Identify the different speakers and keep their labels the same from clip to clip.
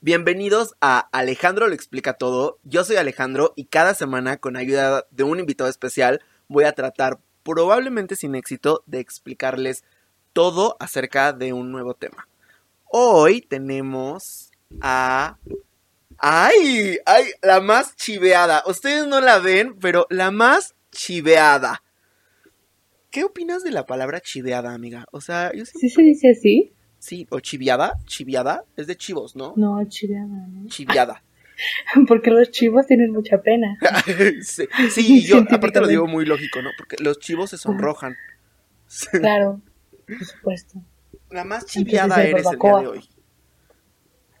Speaker 1: Bienvenidos a Alejandro lo explica todo. Yo soy Alejandro y cada semana con ayuda de un invitado especial voy a tratar, probablemente sin éxito, de explicarles todo acerca de un nuevo tema. Hoy tenemos a... ¡Ay! ¡Ay! La más chiveada. Ustedes no la ven, pero la más chiveada. ¿Qué opinas de la palabra chiveada, amiga? O sea, yo sí.
Speaker 2: ¿Sí se dice así?
Speaker 1: Sí, o chiviada, chiviada, es de chivos, ¿no?
Speaker 2: No, chiveada, ¿no?
Speaker 1: Chiviada.
Speaker 2: Porque los chivos tienen mucha pena.
Speaker 1: sí, sí, yo aparte lo digo muy lógico, ¿no? Porque los chivos se sonrojan.
Speaker 2: Claro, por supuesto.
Speaker 1: La más
Speaker 2: Entonces,
Speaker 1: chiviada
Speaker 2: el
Speaker 1: eres el día
Speaker 2: barbacoa.
Speaker 1: de hoy.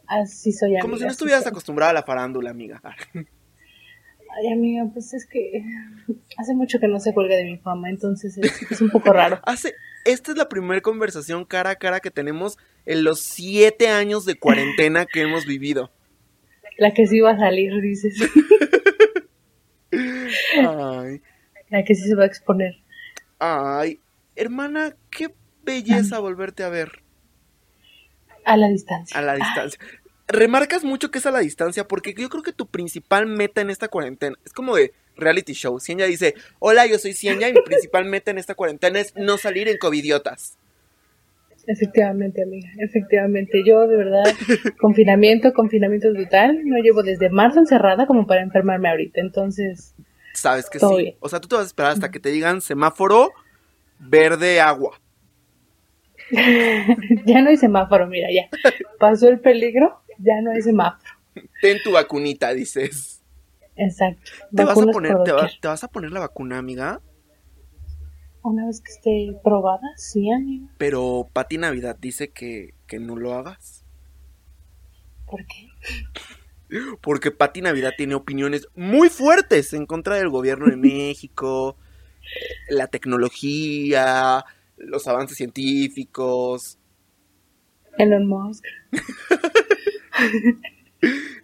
Speaker 2: Así soy amiga.
Speaker 1: Como si no
Speaker 2: así
Speaker 1: estuvieras
Speaker 2: soy.
Speaker 1: acostumbrada a la farándula, amiga.
Speaker 2: Ay, amiga, pues es que hace mucho que no se cuelga de mi fama, entonces es, es un poco raro.
Speaker 1: Hace, esta es la primera conversación cara a cara que tenemos en los siete años de cuarentena que hemos vivido.
Speaker 2: La que sí va a salir, dices.
Speaker 1: Ay,
Speaker 2: La que sí se va a exponer.
Speaker 1: ay, hermana, qué belleza volverte a ver
Speaker 2: A la distancia.
Speaker 1: a la distancia. Remarcas mucho que es a la distancia porque yo creo que tu principal meta en esta cuarentena es como de reality show. Cienya dice, hola, yo soy Cienya y mi principal meta en esta cuarentena es no salir en covidiotas.
Speaker 2: Efectivamente, amiga, efectivamente. Yo, de verdad, confinamiento, confinamiento brutal. No llevo desde marzo encerrada como para enfermarme ahorita, entonces...
Speaker 1: Sabes que
Speaker 2: Todo
Speaker 1: sí.
Speaker 2: bien.
Speaker 1: O sea, tú te vas a esperar hasta que te digan semáforo verde agua.
Speaker 2: Ya no hay semáforo, mira, ya. Pasó el peligro, ya no hay semáforo.
Speaker 1: Ten tu vacunita, dices.
Speaker 2: Exacto.
Speaker 1: ¿Te vas, a
Speaker 2: Vacunas
Speaker 1: poner,
Speaker 2: por
Speaker 1: te, va-
Speaker 2: doquier.
Speaker 1: te vas a poner la vacuna, amiga,
Speaker 2: Una vez que esté probada, sí, amigo.
Speaker 1: pero Pati Navidad dice que, que no lo hagas.
Speaker 2: ¿Por qué?
Speaker 1: Porque Pati Navidad tiene opiniones muy fuertes en contra del gobierno de México, eh, la tecnología, los avances científicos.
Speaker 2: Elon Musk.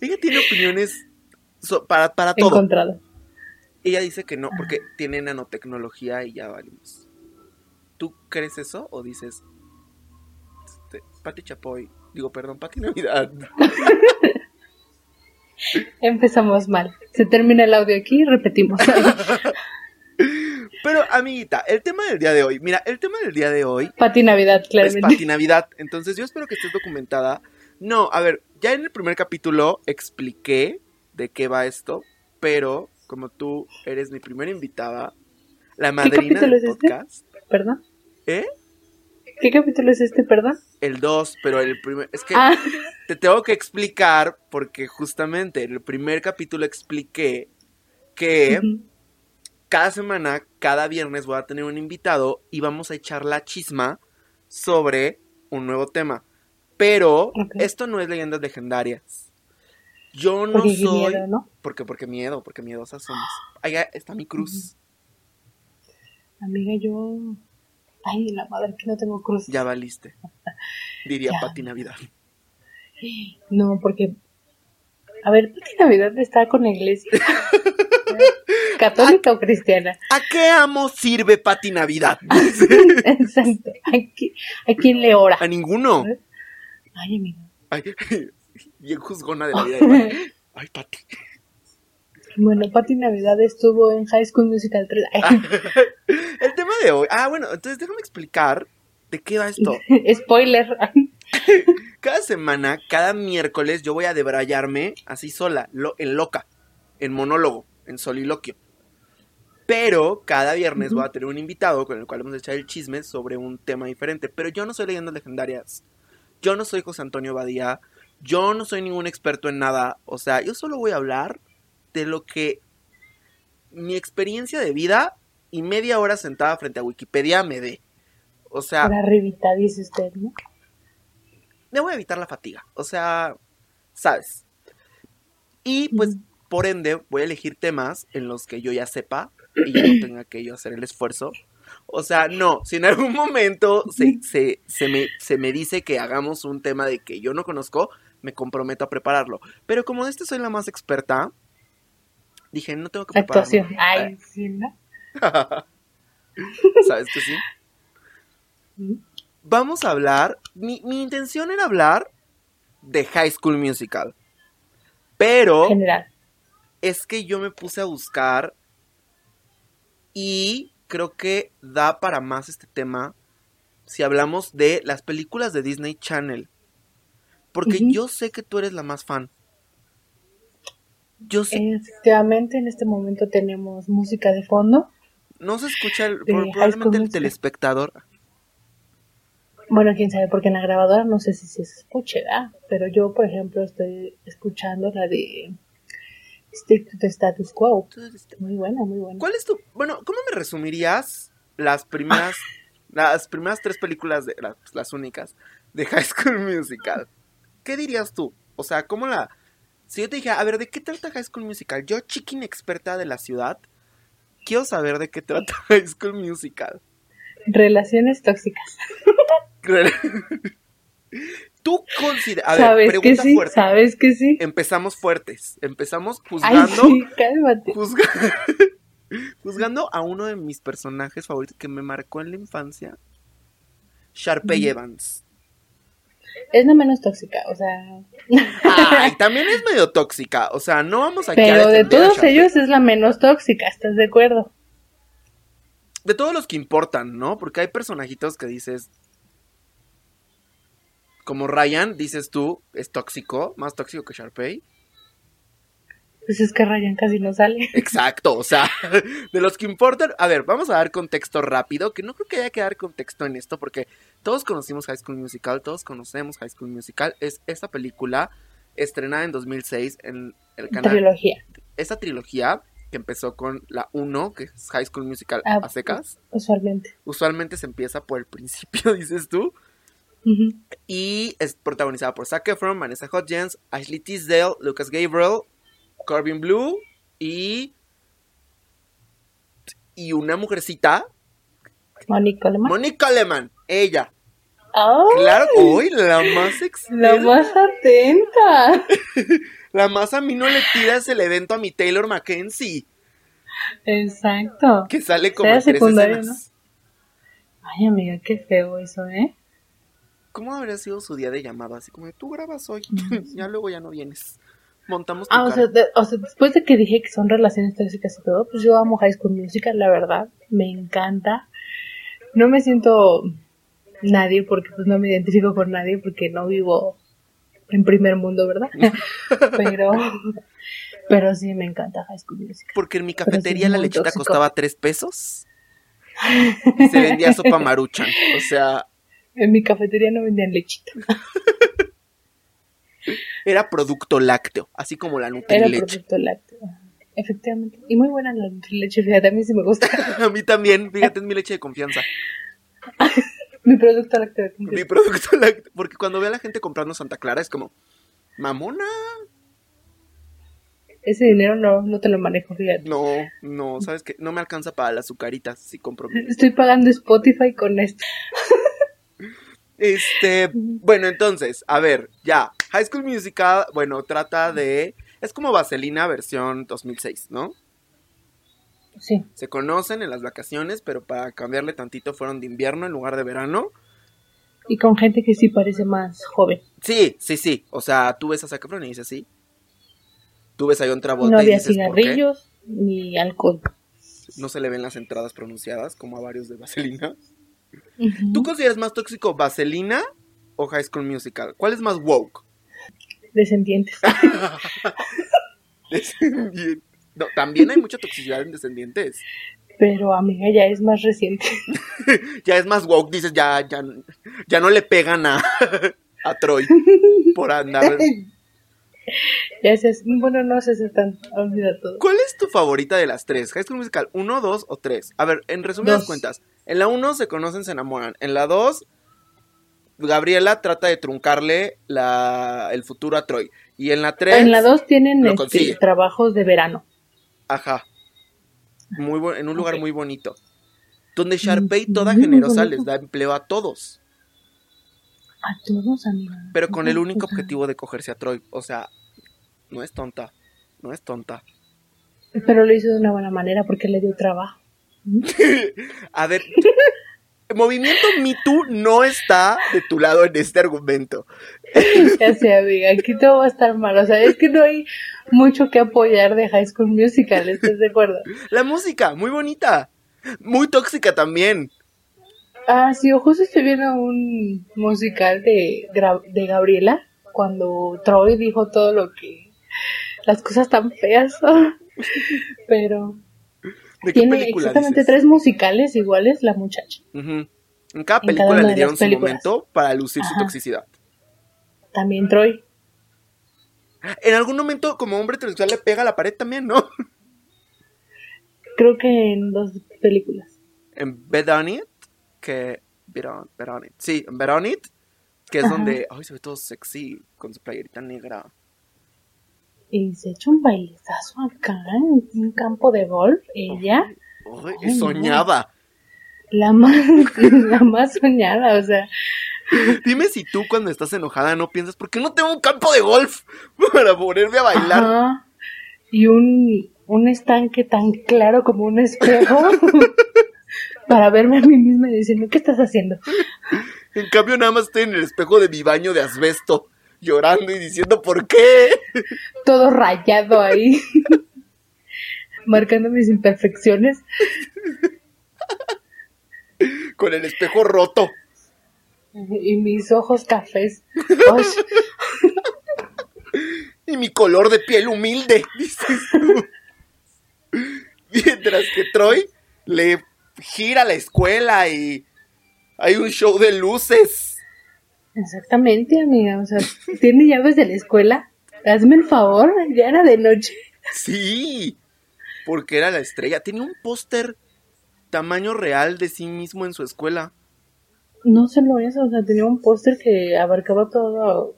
Speaker 1: Ella tiene opiniones so- para, para todo.
Speaker 2: Encontrado.
Speaker 1: Ella dice que no, porque tiene nanotecnología y ya valimos. ¿Tú crees eso o dices, este, Pati Chapoy, digo, perdón, Pati Navidad?
Speaker 2: Empezamos mal. Se termina el audio aquí y repetimos.
Speaker 1: Pero, amiguita, el tema del día de hoy, mira, el tema del día de hoy
Speaker 2: Pati Navidad,
Speaker 1: es
Speaker 2: claramente.
Speaker 1: Pati Navidad. Entonces yo espero que estés documentada. No, a ver, ya en el primer capítulo expliqué de qué va esto, pero como tú eres mi primera invitada, la madrina
Speaker 2: capítulo
Speaker 1: del
Speaker 2: es este?
Speaker 1: podcast,
Speaker 2: ¿Perdón?
Speaker 1: ¿eh?
Speaker 2: ¿Qué capítulo es este, perdón?
Speaker 1: El 2, pero el primer... Es que
Speaker 2: Ah,
Speaker 1: te tengo que explicar porque justamente en el primer capítulo expliqué que
Speaker 2: ujú.
Speaker 1: cada semana, cada viernes voy a tener un invitado y vamos a echar la chisma sobre un nuevo tema. Pero
Speaker 2: Ok.
Speaker 1: esto no es leyendas legendarias. Yo no
Speaker 2: Porque qué
Speaker 1: soy
Speaker 2: miedo, ¿no?
Speaker 1: porque porque miedo, porque miedosas somos. Allá está mi cruz.
Speaker 2: Amiga, yo... Ay, la madre, que no tengo cruz.
Speaker 1: Ya valiste. Diría
Speaker 2: Ya.
Speaker 1: Pati Navidad.
Speaker 2: No, porque... A ver, Pati Navidad está con la iglesia. ¿Católica o cristiana?
Speaker 1: ¿A qué amo sirve Pati Navidad?
Speaker 2: Exacto. ¿A qui- a quién le ora?
Speaker 1: A ninguno.
Speaker 2: Ay, amiga.
Speaker 1: Ay, bien juzgona de la vida. de Pati. Ay, Pati.
Speaker 2: Bueno, Pati Navidad estuvo en High School Musical 3.
Speaker 1: El tema de hoy. Ah, bueno, entonces déjame explicar de qué va esto.
Speaker 2: Spoiler.
Speaker 1: Cada semana, cada miércoles, yo voy a debrayarme así sola, lo- en loca, en monólogo, en soliloquio. Pero cada viernes
Speaker 2: Ujú.
Speaker 1: voy a tener un invitado con el cual vamos a echar el chisme sobre un tema diferente. Pero yo no soy leyendas legendarias. Yo no soy José Antonio Badía. Yo no soy ningún experto en nada. O sea, yo solo voy a hablar de lo que mi experiencia de vida y media hora sentada frente a Wikipedia me dé. O sea,
Speaker 2: Por arribita, dice usted, ¿no?
Speaker 1: debo evitar la fatiga. O sea, sabes. Y pues,
Speaker 2: Ujú.
Speaker 1: por ende, voy a elegir temas en los que yo ya sepa y ya no tenga que yo hacer el esfuerzo. O sea, no, si en algún momento se, se- se me, se me dice que hagamos un tema de que yo no conozco, me comprometo a prepararlo. Pero como de este soy la más experta, dije, no tengo que prepararme.
Speaker 2: Actuación. Ay, sí, ¿no?
Speaker 1: ¿Sabes que sí? Vamos a hablar. Mi, mi intención era hablar de High School Musical. Pero
Speaker 2: general.
Speaker 1: es que yo me puse a buscar y creo que da para más este tema si hablamos de las películas de Disney Channel. Porque
Speaker 2: Ujú.
Speaker 1: yo sé que tú eres la más fan. Yo sé,
Speaker 2: Eh, Efectivamente, en este momento tenemos música de fondo.
Speaker 1: no se escucha el-
Speaker 2: de
Speaker 1: pro-
Speaker 2: High School
Speaker 1: probablemente el
Speaker 2: Musical.
Speaker 1: telespectador. Ah,
Speaker 2: Bueno, quién sabe, porque en la grabadora no sé si se escuche, ¿verdad? Pero yo, por ejemplo, estoy escuchando la de Stick to the Status Quo. Muy buena, muy buena.
Speaker 1: ¿Cuál es tu, bueno, cómo me resumirías las primeras, las primeras tres películas de las, las únicas de High School Musical? ¿Qué dirías tú? O sea, ¿cómo la? Si yo te dije, a ver, ¿de qué trata High School Musical? Yo, chica inexperta de la ciudad, quiero saber de qué trata High School Musical.
Speaker 2: Relaciones tóxicas.
Speaker 1: Tú consideras, a ver,
Speaker 2: ¿Sabes que
Speaker 1: pregunta
Speaker 2: sí?
Speaker 1: fuerte.
Speaker 2: ¿Sabes que sí?
Speaker 1: Empezamos fuertes, empezamos
Speaker 2: Ay,
Speaker 1: juzgando
Speaker 2: sí, cálmate.
Speaker 1: juzga- juzgando a uno de mis personajes favoritos que me marcó en la infancia, Sharpay
Speaker 2: Ujú.
Speaker 1: Evans.
Speaker 2: Es la menos tóxica, o sea.
Speaker 1: Ay, también es medio tóxica, o sea, no vamos aquí a
Speaker 2: Pero de
Speaker 1: defender a
Speaker 2: todos
Speaker 1: Sharpay.
Speaker 2: ellos es la menos tóxica, ¿estás de acuerdo?
Speaker 1: de todos los que importan, ¿no? Porque hay personajitos que dices como Ryan, dices tú, es tóxico, más tóxico que Sharpay.
Speaker 2: Pues es que Ryan casi no sale.
Speaker 1: Exacto, o sea, de los que importan. A ver, vamos a dar contexto rápido, que no creo que haya que dar contexto en esto, porque todos conocimos High School Musical, todos conocemos High School Musical. Es esta película estrenada en 2006 en el canal.
Speaker 2: Trilogía.
Speaker 1: Esta trilogía que empezó con la 1, que es High School Musical
Speaker 2: Ah,
Speaker 1: a secas.
Speaker 2: Usualmente.
Speaker 1: Usualmente se empieza por el principio, dices tú.
Speaker 2: Ujú.
Speaker 1: Y es protagonizada por Zac Efron, Vanessa Hudgens, Ashley Tisdale, Lucas Gabriel, Corbin Blue y. Y una mujercita,
Speaker 2: Monique Coleman.
Speaker 1: Mónica Alemán, ella.
Speaker 2: ¡Ah!
Speaker 1: Claro, hoy la más
Speaker 2: La
Speaker 1: experta,
Speaker 2: más atenta.
Speaker 1: La más a mí no le tiras el evento a mi Taylor Mackenzie,
Speaker 2: Exacto.
Speaker 1: que sale como
Speaker 2: Sea
Speaker 1: en tres
Speaker 2: secundaria,
Speaker 1: escenas.
Speaker 2: Ay, amiga, qué feo eso, ¿eh?
Speaker 1: ¿Cómo habría sido su día de llamada? Así como de, tú grabas hoy,
Speaker 2: Ujú.
Speaker 1: ya luego ya no vienes. Montamos tu
Speaker 2: Ah, o
Speaker 1: cara.
Speaker 2: sea, de- o sea, después de que dije que son relaciones tóxicas y todo, pues yo amo High School Musical, la verdad, me encanta. No me siento nadie porque pues no me identifico con nadie porque no vivo en primer mundo, ¿verdad? pero, pero sí me encanta High School Musical.
Speaker 1: Porque en mi
Speaker 2: Pero sí es
Speaker 1: cafetería la
Speaker 2: muy
Speaker 1: lechita
Speaker 2: tóxico.
Speaker 1: costaba tres pesos. Y se vendía sopa maruchan. O sea,
Speaker 2: En mi cafetería no vendían lechita,
Speaker 1: era producto lácteo, así como la
Speaker 2: era
Speaker 1: Nutrileche.
Speaker 2: producto lácteo. Efectivamente. Y muy buena la leche, fíjate, a mí sí me gusta.
Speaker 1: A mí también, fíjate, es mi leche de confianza.
Speaker 2: mi producto lácteo.
Speaker 1: Mi producto lácteo. Porque cuando veo a la gente comprando Santa Clara es como, mamona.
Speaker 2: Ese dinero no, no te lo manejo, fíjate.
Speaker 1: No, no, ¿sabes qué? No me alcanza para las azucaritas si compro mi leche.
Speaker 2: Estoy pagando Spotify con esto.
Speaker 1: Este, bueno, entonces, a ver, ya. High School Musical, bueno, trata de. Es como Vaselina versión 2006, ¿no?
Speaker 2: Sí,
Speaker 1: Se conocen en las vacaciones, pero para cambiarle tantito fueron de invierno en lugar de verano.
Speaker 2: y con gente que sí parece más joven.
Speaker 1: Sí, sí, sí. O sea, tú ves a Zac Efron y dices sí. Tú ves a John Travolta
Speaker 2: no
Speaker 1: y
Speaker 2: había
Speaker 1: dices por qué.
Speaker 2: cigarrillos ni alcohol.
Speaker 1: No se le ven las entradas pronunciadas como a varios de Vaselina.
Speaker 2: Ujú.
Speaker 1: ¿Tú consideras más tóxico Vaselina o High School Musical? ¿Cuál es más woke?
Speaker 2: Descendientes.
Speaker 1: Descendientes. No, también hay mucha toxicidad en Descendientes.
Speaker 2: Pero amiga ya es más reciente.
Speaker 1: Ya es más woke, dices, ya, ya, ya no le pegan a, a Troy por andar.
Speaker 2: ya se hace- bueno, no se hace tan olvida todo.
Speaker 1: ¿Cuál es tu favorita de las tres? High School Musical, ¿uno, dos o tres? A ver, en resumidas
Speaker 2: Dos.
Speaker 1: cuentas, en la uno se conocen, se enamoran. En la dos, Gabriela trata de truncarle la, el futuro a Troy. Y en la tres,
Speaker 2: En la 2 tienen
Speaker 1: lo
Speaker 2: este,
Speaker 1: consigue.
Speaker 2: trabajos de verano.
Speaker 1: ajá, muy bu- en un lugar
Speaker 2: Ok. Mm,
Speaker 1: muy bonito. Donde Sharpay, toda
Speaker 2: muy
Speaker 1: generosa,
Speaker 2: bonito.
Speaker 1: les da empleo a todos.
Speaker 2: A todos, amiga.
Speaker 1: Pero con el
Speaker 2: Ujú,
Speaker 1: único
Speaker 2: o sea,
Speaker 1: objetivo de cogerse a Troy. O sea, no es tonta. No es tonta.
Speaker 2: Pero lo hizo de una buena manera porque le dio trabajo.
Speaker 1: A ver, movimiento Me Too no está de tu lado en este argumento.
Speaker 2: ya sé, amiga, aquí todo va a estar mal. O sea, es que no hay mucho que apoyar de High School Musical, ¿estás de acuerdo?
Speaker 1: La música, muy bonita. Muy tóxica también.
Speaker 2: Ah, sí, yo justo estoy viendo un musical de, Gra- de Gabriela cuando Troy dijo todo lo que. las cosas tan feas. Pero.
Speaker 1: ¿De qué
Speaker 2: Tiene
Speaker 1: película
Speaker 2: exactamente
Speaker 1: dices?
Speaker 2: tres musicales iguales la muchacha.
Speaker 1: Ujú. En cada
Speaker 2: En
Speaker 1: película
Speaker 2: cada una
Speaker 1: le
Speaker 2: de
Speaker 1: dieron
Speaker 2: las
Speaker 1: su
Speaker 2: películas.
Speaker 1: momento para lucir su
Speaker 2: Ajá.
Speaker 1: toxicidad.
Speaker 2: También Troy.
Speaker 1: En algún momento, como hombre transexual, le pega a la pared también, ¿no?
Speaker 2: Creo que en dos películas.
Speaker 1: En Bed On It, que. Bed On, Bed On It. Sí, en Bed On It, que es
Speaker 2: Ajá.
Speaker 1: donde. Ay, se ve todo sexy con su playerita negra.
Speaker 2: Y se echa un bailezazo acá en un campo de golf. Ella.
Speaker 1: Ay,
Speaker 2: Ay, no.
Speaker 1: soñaba.
Speaker 2: La más, la más soñada, o sea,
Speaker 1: Dime si tú, cuando estás enojada, no piensas, ¿por qué no tengo un campo de golf para ponerme a bailar?
Speaker 2: ajá, y un, un estanque tan claro como un espejo para verme a mí misma y decirme, ¿qué estás haciendo?
Speaker 1: En cambio, nada más estoy en el espejo de mi baño de asbesto, llorando y diciendo, ¿por qué?
Speaker 2: Todo rayado ahí, marcando mis imperfecciones.
Speaker 1: Con el espejo roto.
Speaker 2: Y mis ojos cafés. Ay,
Speaker 1: Y mi color de piel humilde, dices tú. Mientras que Troy le gira la escuela y hay un show de luces.
Speaker 2: exactamente, amiga. O sea, ¿tiene llaves de la escuela? Hazme el favor, ya era de noche.
Speaker 1: Sí, porque era la estrella. Tenía un póster tamaño real de sí mismo en su escuela.
Speaker 2: No solo eso, o sea, tenía un póster que abarcaba todo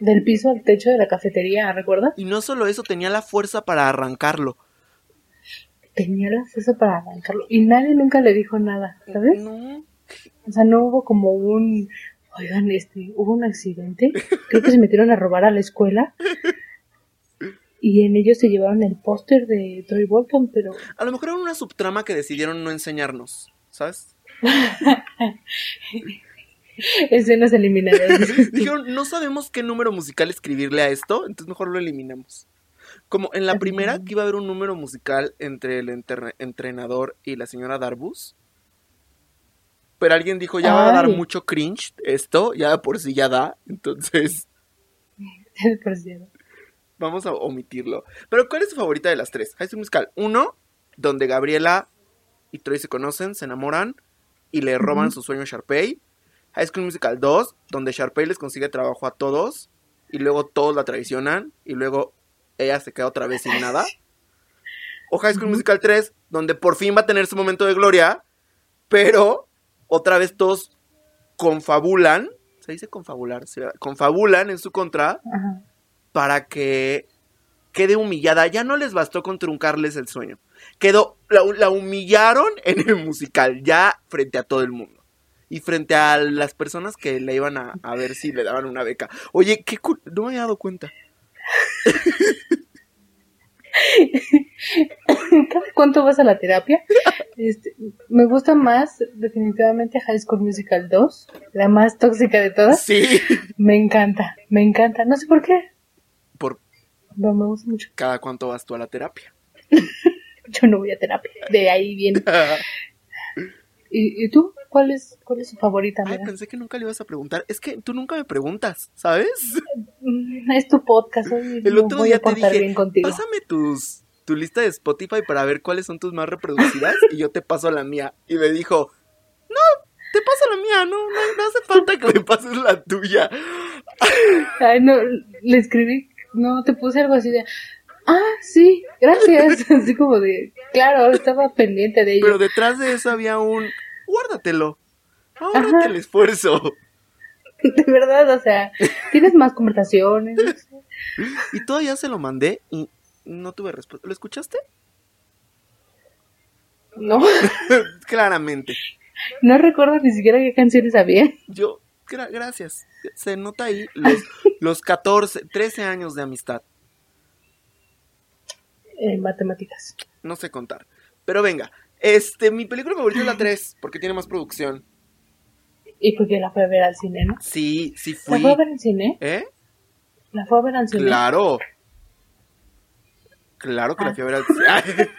Speaker 2: del piso al techo de la cafetería, ¿recuerdas?
Speaker 1: Y no solo eso, tenía la fuerza para arrancarlo.
Speaker 2: Tenía el acceso para arrancarlo y nadie nunca le dijo nada, ¿sabes?
Speaker 1: No.
Speaker 2: O sea, no hubo como un, oigan, este, hubo un accidente, creo que se metieron a robar a la escuela y en ellos se llevaron el póster de Troy Bolton, pero
Speaker 1: A lo mejor era una subtrama que decidieron no enseñarnos, ¿sabes?
Speaker 2: escenas eliminadas.
Speaker 1: Dijeron, no sabemos qué número musical escribirle a esto, entonces mejor lo eliminamos. Como en la primera que iba a haber un número musical entre el enter- entrenador y la señora Darbus. Pero alguien dijo, ya va a dar
Speaker 2: Ay.
Speaker 1: mucho cringe esto, ya de por sí ya da, entonces
Speaker 2: Por cierto.
Speaker 1: vamos a omitirlo. Pero ¿cuál es su favorita de las tres? High School Musical 1, donde Gabriela y Troy se conocen, se enamoran y le roban
Speaker 2: Ujú.
Speaker 1: su sueño a Sharpay. High School Musical 2, donde Sharpay les consigue trabajo a todos y luego todos la traicionan y luego ella se queda otra vez sin nada. O High School
Speaker 2: Ujú.
Speaker 1: Musical 3, donde por fin va a tener su momento de gloria, pero otra vez todos confabulan, se dice confabular, Sí, ¿verdad? confabulan en su contra
Speaker 2: Ajá.
Speaker 1: para que quede humillada. Ya no les bastó con truncarles el sueño. Quedó, la, la humillaron en el musical, ya frente a todo el mundo. Y frente a las personas que le iban a, a ver si le daban una beca. Oye, qué cul- no me había dado cuenta.
Speaker 2: ¿Cada cuánto vas a la terapia? Este, me gusta más, definitivamente, High School Musical 2, la más tóxica de todas.
Speaker 1: Sí,
Speaker 2: Me encanta, me encanta. No sé por qué,
Speaker 1: por
Speaker 2: pero me gusta mucho.
Speaker 1: cada cuánto vas tú a la terapia.
Speaker 2: Yo no voy a terapia, de ahí viene. ¿Y, y tú? ¿Cuál es, ¿Cuál es su favorita?
Speaker 1: Ay,
Speaker 2: amiga?
Speaker 1: pensé que nunca le ibas a preguntar. Es que tú nunca me preguntas, ¿sabes?
Speaker 2: Mm, Es tu podcast, hoy
Speaker 1: El
Speaker 2: me
Speaker 1: otro
Speaker 2: voy
Speaker 1: día
Speaker 2: a
Speaker 1: te
Speaker 2: portar
Speaker 1: dije,
Speaker 2: bien contigo.
Speaker 1: pásame tus, tu lista de Spotify para ver cuáles son tus más reproducidas y yo te paso la mía. Y me dijo, no, te paso la mía, no, no, no hace falta que me pases la tuya.
Speaker 2: Ay, no, le escribí, no, te puse algo así de, ah, sí, gracias. Así como de, claro, estaba pendiente de ello.
Speaker 1: Pero detrás de eso había un, guárdatelo, ahórrate
Speaker 2: Ajá.
Speaker 1: el esfuerzo.
Speaker 2: De verdad, o sea, tienes más conversaciones. no sé.
Speaker 1: Y todavía se lo mandé y no tuve respuesta. ¿Lo escuchaste?
Speaker 2: No,
Speaker 1: Claramente.
Speaker 2: no recuerdo ni siquiera qué canciones había.
Speaker 1: Yo, gra- gracias. Se nota ahí los, los 14, 13 años de amistad.
Speaker 2: En matemáticas.
Speaker 1: No sé contar. Pero venga, este, mi película favorita es la 3, porque tiene más producción.
Speaker 2: Y porque la fue a ver al cine, ¿no?
Speaker 1: Sí, sí
Speaker 2: ¿La
Speaker 1: fui.
Speaker 2: fue a ver al cine?
Speaker 1: ¿Eh?
Speaker 2: ¿La fue a ver al cine?
Speaker 1: Claro. Claro que la
Speaker 2: Ah.
Speaker 1: fui a ver al cine.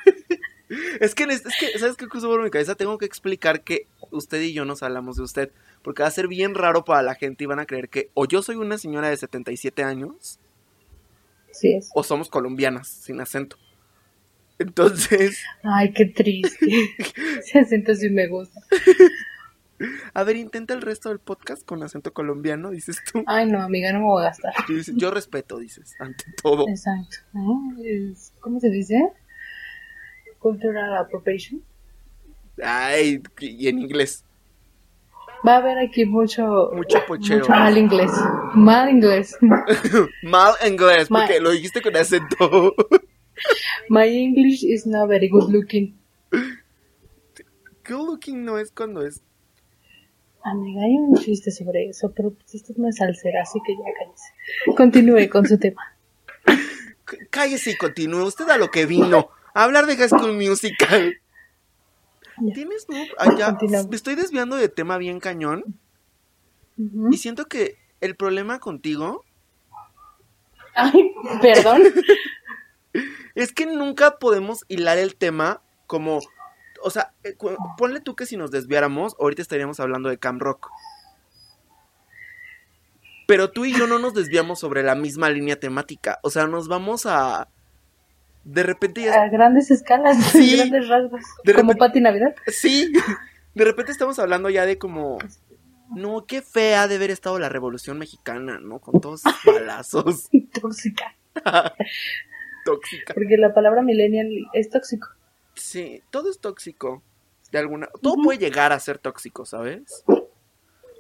Speaker 1: es, que, en este- es que, ¿sabes qué cruzó por mi cabeza? Tengo que explicar que usted y yo nos hablamos de usted. Porque va a ser bien raro para la gente y van a creer que o yo soy una señora de 77 años
Speaker 2: Sí es.
Speaker 1: o somos colombianas, sin acento. Entonces,
Speaker 2: Ay, qué triste. Ese acento sí me gusta.
Speaker 1: a ver, intenta el resto del podcast con acento colombiano, dices tú.
Speaker 2: Ay, no, amiga, no me voy a gastar.
Speaker 1: Tú dices, yo respeto, dices, ante todo.
Speaker 2: Exacto. ¿no? Es- ¿Cómo se dice? Cultural appropriation.
Speaker 1: Ay, y en inglés.
Speaker 2: Va a haber aquí mucho...
Speaker 1: Mucho pochero.
Speaker 2: Mucho mal inglés. Mal inglés.
Speaker 1: Mal inglés,
Speaker 2: Mal.
Speaker 1: porque lo dijiste con acento.
Speaker 2: My English is not very good looking.
Speaker 1: Good looking no es cuando es.
Speaker 2: Amiga, hay un chiste sobre eso, pero pues esto es más salsera, así que ya cállese. Continúe con su tema.
Speaker 1: C- Cállese y continúe. Usted a lo que vino. A hablar de High School Musical.
Speaker 2: Ya.
Speaker 1: Tienes no, allá.
Speaker 2: Continuamos.
Speaker 1: Me estoy desviando de tema bien cañón.
Speaker 2: Ujú.
Speaker 1: Y siento que el problema contigo
Speaker 2: Ay, perdón.
Speaker 1: es que nunca podemos hilar el tema como. O sea, eh, cu- ponle tú que si nos desviáramos, ahorita estaríamos hablando de Cam Rock. Pero tú y yo no nos desviamos sobre la misma línea temática. O sea, nos vamos a. De repente ya
Speaker 2: A grandes escalas,
Speaker 1: Sí.
Speaker 2: grandes rasgos.
Speaker 1: De
Speaker 2: Como
Speaker 1: repente-
Speaker 2: Pati Navidad.
Speaker 1: Sí, de repente estamos hablando ya de como, no, qué fea ha de haber estado la Revolución Mexicana, ¿no? Con todos esos balazos,
Speaker 2: Tóxica.
Speaker 1: tóxica.
Speaker 2: Porque la palabra millennial es tóxico.
Speaker 1: Sí, todo es tóxico, de alguna, todo
Speaker 2: Ujú.
Speaker 1: puede llegar a ser tóxico, ¿sabes?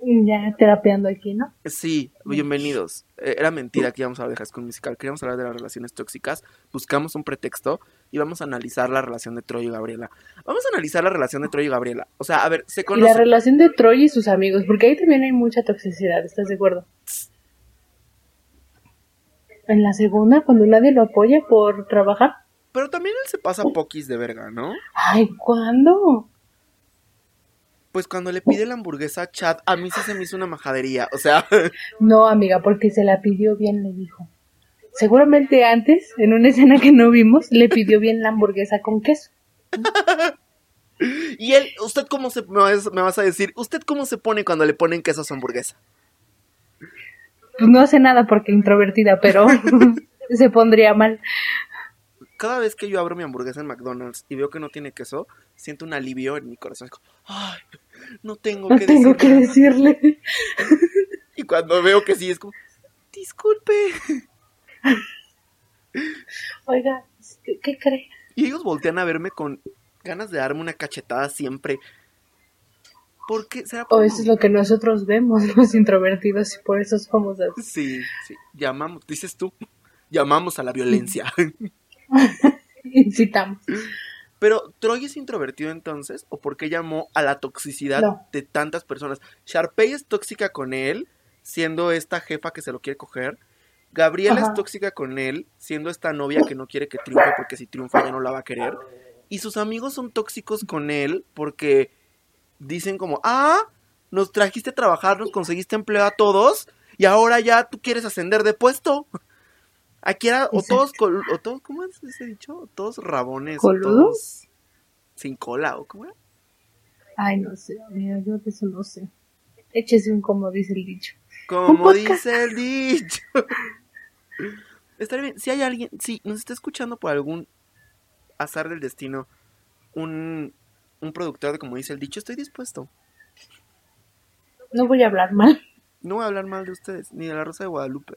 Speaker 2: Ya terapeando aquí, ¿no?
Speaker 1: Sí, bienvenidos. Eh, Era mentira que íbamos a hablar de High School Musical, queríamos hablar de las relaciones tóxicas, buscamos un pretexto y vamos a analizar la relación de Troy y Gabriela. Vamos a analizar la relación de Troy y Gabriela. O sea, a ver, se
Speaker 2: Y la
Speaker 1: conocen.
Speaker 2: relación de Troy y sus amigos, porque ahí también hay mucha toxicidad, ¿estás de acuerdo? En la segunda, cuando nadie lo apoya por trabajar.
Speaker 1: Pero también él se pasa poquis de verga, ¿no?
Speaker 2: Ay, ¿cuándo?
Speaker 1: Pues cuando le pide la hamburguesa a Chad, a mí sí se me hizo una majadería. O sea,
Speaker 2: No, amiga, porque se la pidió bien, le dijo. Seguramente antes, en una escena que no vimos, le pidió bien la hamburguesa con queso.
Speaker 1: y él, ¿usted cómo se me vas, me vas a decir? ¿Usted cómo se pone cuando le ponen queso a su hamburguesa?
Speaker 2: Pues no hace nada porque introvertida, pero se pondría mal.
Speaker 1: Cada vez que yo abro mi hamburguesa en McDonald's y veo que no tiene queso, siento un alivio en mi corazón. Es como, Ay, no tengo
Speaker 2: No
Speaker 1: que
Speaker 2: tengo
Speaker 1: decir
Speaker 2: que
Speaker 1: nada".
Speaker 2: decirle.
Speaker 1: Y cuando veo que sí, es como, disculpe.
Speaker 2: Oiga, ¿qué, qué cree?
Speaker 1: Y ellos voltean a verme con ganas de darme una cachetada siempre. ¿Por qué? ¿Será
Speaker 2: O
Speaker 1: por-
Speaker 2: Oh, eso es lo que nosotros vemos, los introvertidos, y por eso somos así.
Speaker 1: Sí, sí. Llamamos, dices tú, llamamos a la violencia.
Speaker 2: Incitamos.
Speaker 1: Pero Troy es introvertido entonces, o por qué llamó a la toxicidad
Speaker 2: No.
Speaker 1: de tantas personas. Sharpay es tóxica con él, siendo esta jefa que se lo quiere coger. Gabriela
Speaker 2: Ajá.
Speaker 1: es tóxica con él, siendo esta novia que no quiere que triunfe porque si triunfa ya no la va a querer. Y sus amigos son tóxicos con él porque dicen como, ah, nos trajiste a trabajar, nos conseguiste empleo a todos y ahora ya tú quieres ascender de puesto. Aquí era, o
Speaker 2: Exacto.
Speaker 1: todos, col- o todos, ¿cómo es ese dicho? O todos rabones. o
Speaker 2: ¿Coludos?
Speaker 1: todos sin cola, ¿o cómo era?
Speaker 2: Ay, no sé, amiga, yo de eso no sé. Échese un como dice el dicho.
Speaker 1: Como
Speaker 2: podcast.
Speaker 1: dice el dicho. Estaría bien, si hay alguien, si nos está escuchando por algún azar del destino, un, un productor de como dice el dicho, estoy dispuesto.
Speaker 2: No voy a hablar mal.
Speaker 1: No voy a hablar mal de ustedes, ni de la Rosa de Guadalupe.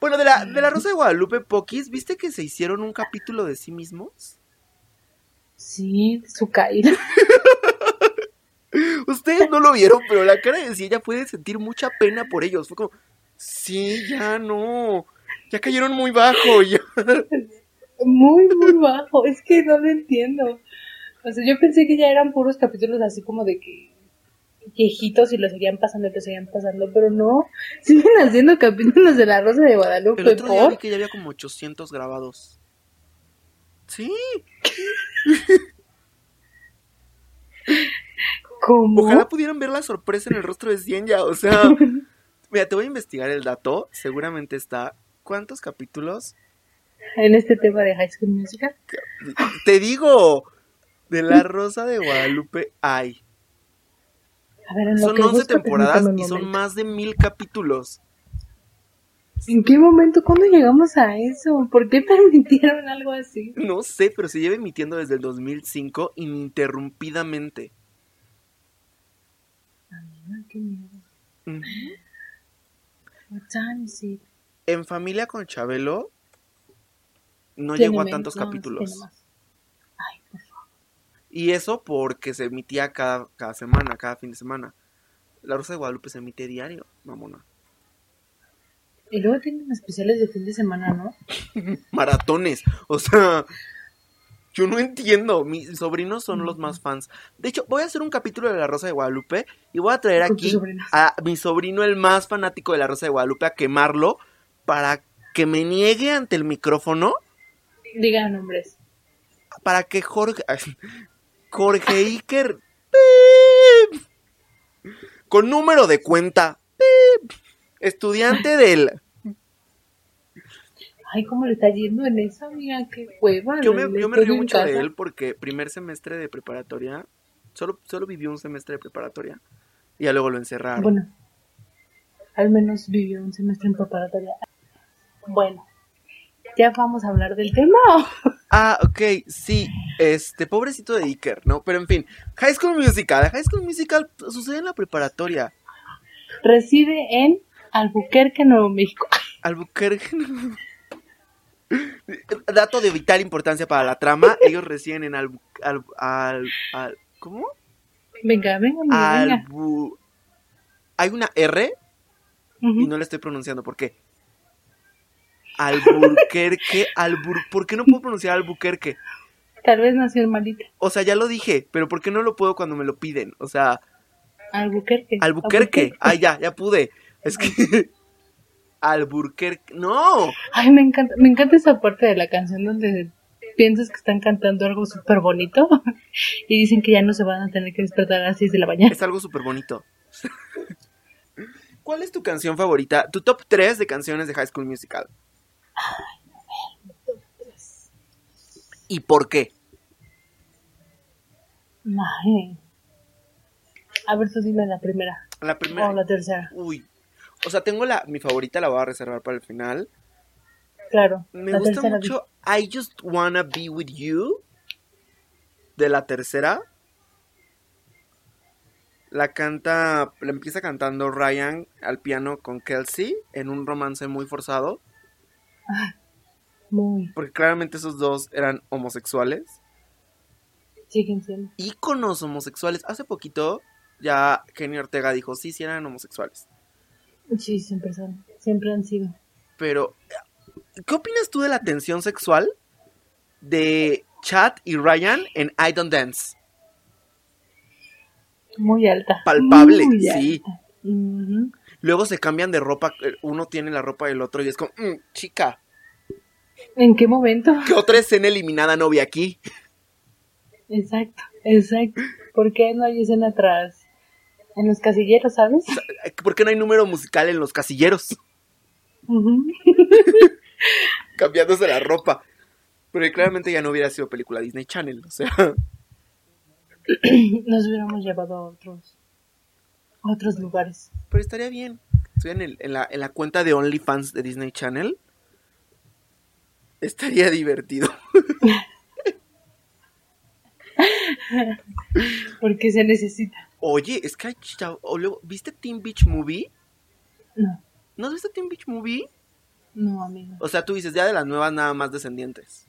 Speaker 1: Bueno, de la, de la Rosa de Guadalupe, Pokis, ¿viste que se hicieron un capítulo de sí mismos?
Speaker 2: Sí, su caída.
Speaker 1: Ustedes no lo vieron, pero la cara de ella puede sentir mucha pena por ellos. Fue como, sí, ya no. Ya cayeron muy bajo. ya".
Speaker 2: Muy, muy bajo. Es que no lo entiendo. O sea, yo pensé que ya eran puros capítulos así como de que viejitos y lo seguían pasando y lo seguían pasando, pero no. Siguen haciendo capítulos de La Rosa de
Speaker 1: El
Speaker 2: Guadalupe
Speaker 1: otro día vi
Speaker 2: por.
Speaker 1: que ya había como 800 grabados. Sí,
Speaker 2: ¿Cómo?
Speaker 1: Ojalá pudieran ver la sorpresa en el rostro de Cienya, o sea. Mira, te voy a investigar el dato, seguramente está. ¿Cuántos capítulos?
Speaker 2: En este tema de High School Musical.
Speaker 1: Te digo, de La Rosa de Guadalupe hay.
Speaker 2: A ver, en lo
Speaker 1: Son
Speaker 2: que
Speaker 1: 11
Speaker 2: busco,
Speaker 1: temporadas
Speaker 2: permítame
Speaker 1: y
Speaker 2: un
Speaker 1: son
Speaker 2: momento.
Speaker 1: más de mil capítulos.
Speaker 2: ¿En qué momento? ¿Cuándo llegamos a eso? ¿Por qué permitieron algo así?
Speaker 1: No sé, pero se lleva emitiendo desde el 2005 ininterrumpidamente.
Speaker 2: Ay, qué miedo.
Speaker 1: Mm.
Speaker 2: What time is it?
Speaker 1: En Familia con Chabelo no
Speaker 2: Tiene
Speaker 1: llegó a
Speaker 2: menos,
Speaker 1: tantos
Speaker 2: no, sí,
Speaker 1: capítulos.
Speaker 2: tiene más. Ay, por favor.
Speaker 1: Y eso porque se emitía cada, cada semana, cada fin de semana. La Rosa de Guadalupe se emite diario, mamona.
Speaker 2: Y luego tienen especiales de fin de semana, ¿no?
Speaker 1: Maratones, o sea, yo no entiendo. Mis sobrinos son los más fans. De hecho, voy a hacer un capítulo de La Rosa de Guadalupe y voy a traer
Speaker 2: Con tus
Speaker 1: aquí
Speaker 2: sobrinos.
Speaker 1: a mi sobrino, el más fanático de La Rosa de Guadalupe, a quemarlo para que me niegue ante el micrófono
Speaker 2: Digan nombres.
Speaker 1: para que Jorge. Jorge Iker. Con número de cuenta. Estudiante del.
Speaker 2: Ay, cómo le está yendo en esa, amiga, qué hueva.
Speaker 1: Yo me,
Speaker 2: ¿no?
Speaker 1: yo me
Speaker 2: Estoy
Speaker 1: río
Speaker 2: en
Speaker 1: mucho de
Speaker 2: casa.
Speaker 1: él porque primer semestre de preparatoria. Solo, solo vivió un semestre de preparatoria. Y ya luego lo encerraron.
Speaker 2: Bueno, al menos vivió un semestre en preparatoria. Bueno, ya vamos a hablar del tema. ¿o?
Speaker 1: Ah, ok, sí. Este, pobrecito de Iker, ¿no? Pero en fin. High School Musical. High School Musical sucede en la preparatoria.
Speaker 2: Reside en Albuquerque, Nuevo México.
Speaker 1: Albuquerque. Dato de vital importancia para la trama. Ellos residen en Albu... al, al- al- ¿Cómo?
Speaker 2: Venga, venga, amiga, venga.
Speaker 1: Albu... Hay una R y
Speaker 2: Ujú.
Speaker 1: no la estoy pronunciando. ¿Por qué? Albuquerque. Albur... ¿Por qué no puedo pronunciar Albuquerque?
Speaker 2: Tal vez nació en Malita.
Speaker 1: O sea, ya lo dije, pero ¿por qué no lo puedo cuando me lo piden? O sea,
Speaker 2: Albuquerque.
Speaker 1: Albuquerque. Ay, Ah, ya, ya pude. Es que... Albuquerque. No.
Speaker 2: Ay, me encanta, me encanta esa parte de la canción donde piensas que están cantando algo súper bonito y dicen que ya no se van a tener que despertar a las 6 de la mañana.
Speaker 1: Es algo súper bonito. ¿Cuál es tu canción favorita? Tu top 3 de canciones de High School Musical. ¿Y por qué?
Speaker 2: Ay. A ver, tú dime la primera
Speaker 1: La
Speaker 2: o
Speaker 1: primera.
Speaker 2: la tercera.
Speaker 1: Uy. O sea, tengo la. Mi favorita la voy a reservar para el final.
Speaker 2: Claro,
Speaker 1: Me
Speaker 2: la
Speaker 1: gusta
Speaker 2: tercera.
Speaker 1: mucho I Just Wanna Be With You. De la tercera. La canta. La empieza cantando Ryan al piano con Kelsey. En un romance muy forzado.
Speaker 2: Muy,
Speaker 1: Porque claramente esos dos eran homosexuales.
Speaker 2: siguen siendo.
Speaker 1: íconos homosexuales. Hace poquito ya Kenny Ortega dijo, sí, sí eran homosexuales.
Speaker 2: Sí, siempre son. Siempre han sido.
Speaker 1: Pero, ¿qué opinas tú de la tensión sexual de Chad y Ryan en I Don't Dance?
Speaker 2: Muy alta.
Speaker 1: Palpable,
Speaker 2: Muy
Speaker 1: sí.
Speaker 2: alta. Ujú.
Speaker 1: Luego se cambian de ropa, eh, uno tiene la ropa del otro y es como, "Mm, chica,
Speaker 2: ¿En qué momento?
Speaker 1: ¿qué otra escena eliminada no vi aquí?
Speaker 2: Exacto, exacto. ¿Por qué no hay escena atrás? En los casilleros, ¿sabes?
Speaker 1: ¿Por qué no hay número musical en los casilleros?
Speaker 2: Ujú.
Speaker 1: Cambiándose la ropa. Pero claramente ya no hubiera sido película Disney Channel, o sea,
Speaker 2: Nos hubiéramos llevado a otros, a otros lugares.
Speaker 1: pero estaría bien. Estoy en, el- en la, en la cuenta de OnlyFans de Disney Channel. Estaría divertido.
Speaker 2: Porque se necesita.
Speaker 1: Oye, es que hay chavo- o luego, ¿Viste Teen Beach Movie?
Speaker 2: No,
Speaker 1: ¿No has visto Teen Beach Movie?
Speaker 2: no, amigo.
Speaker 1: O sea, tú dices, ya de las nuevas nada más descendientes.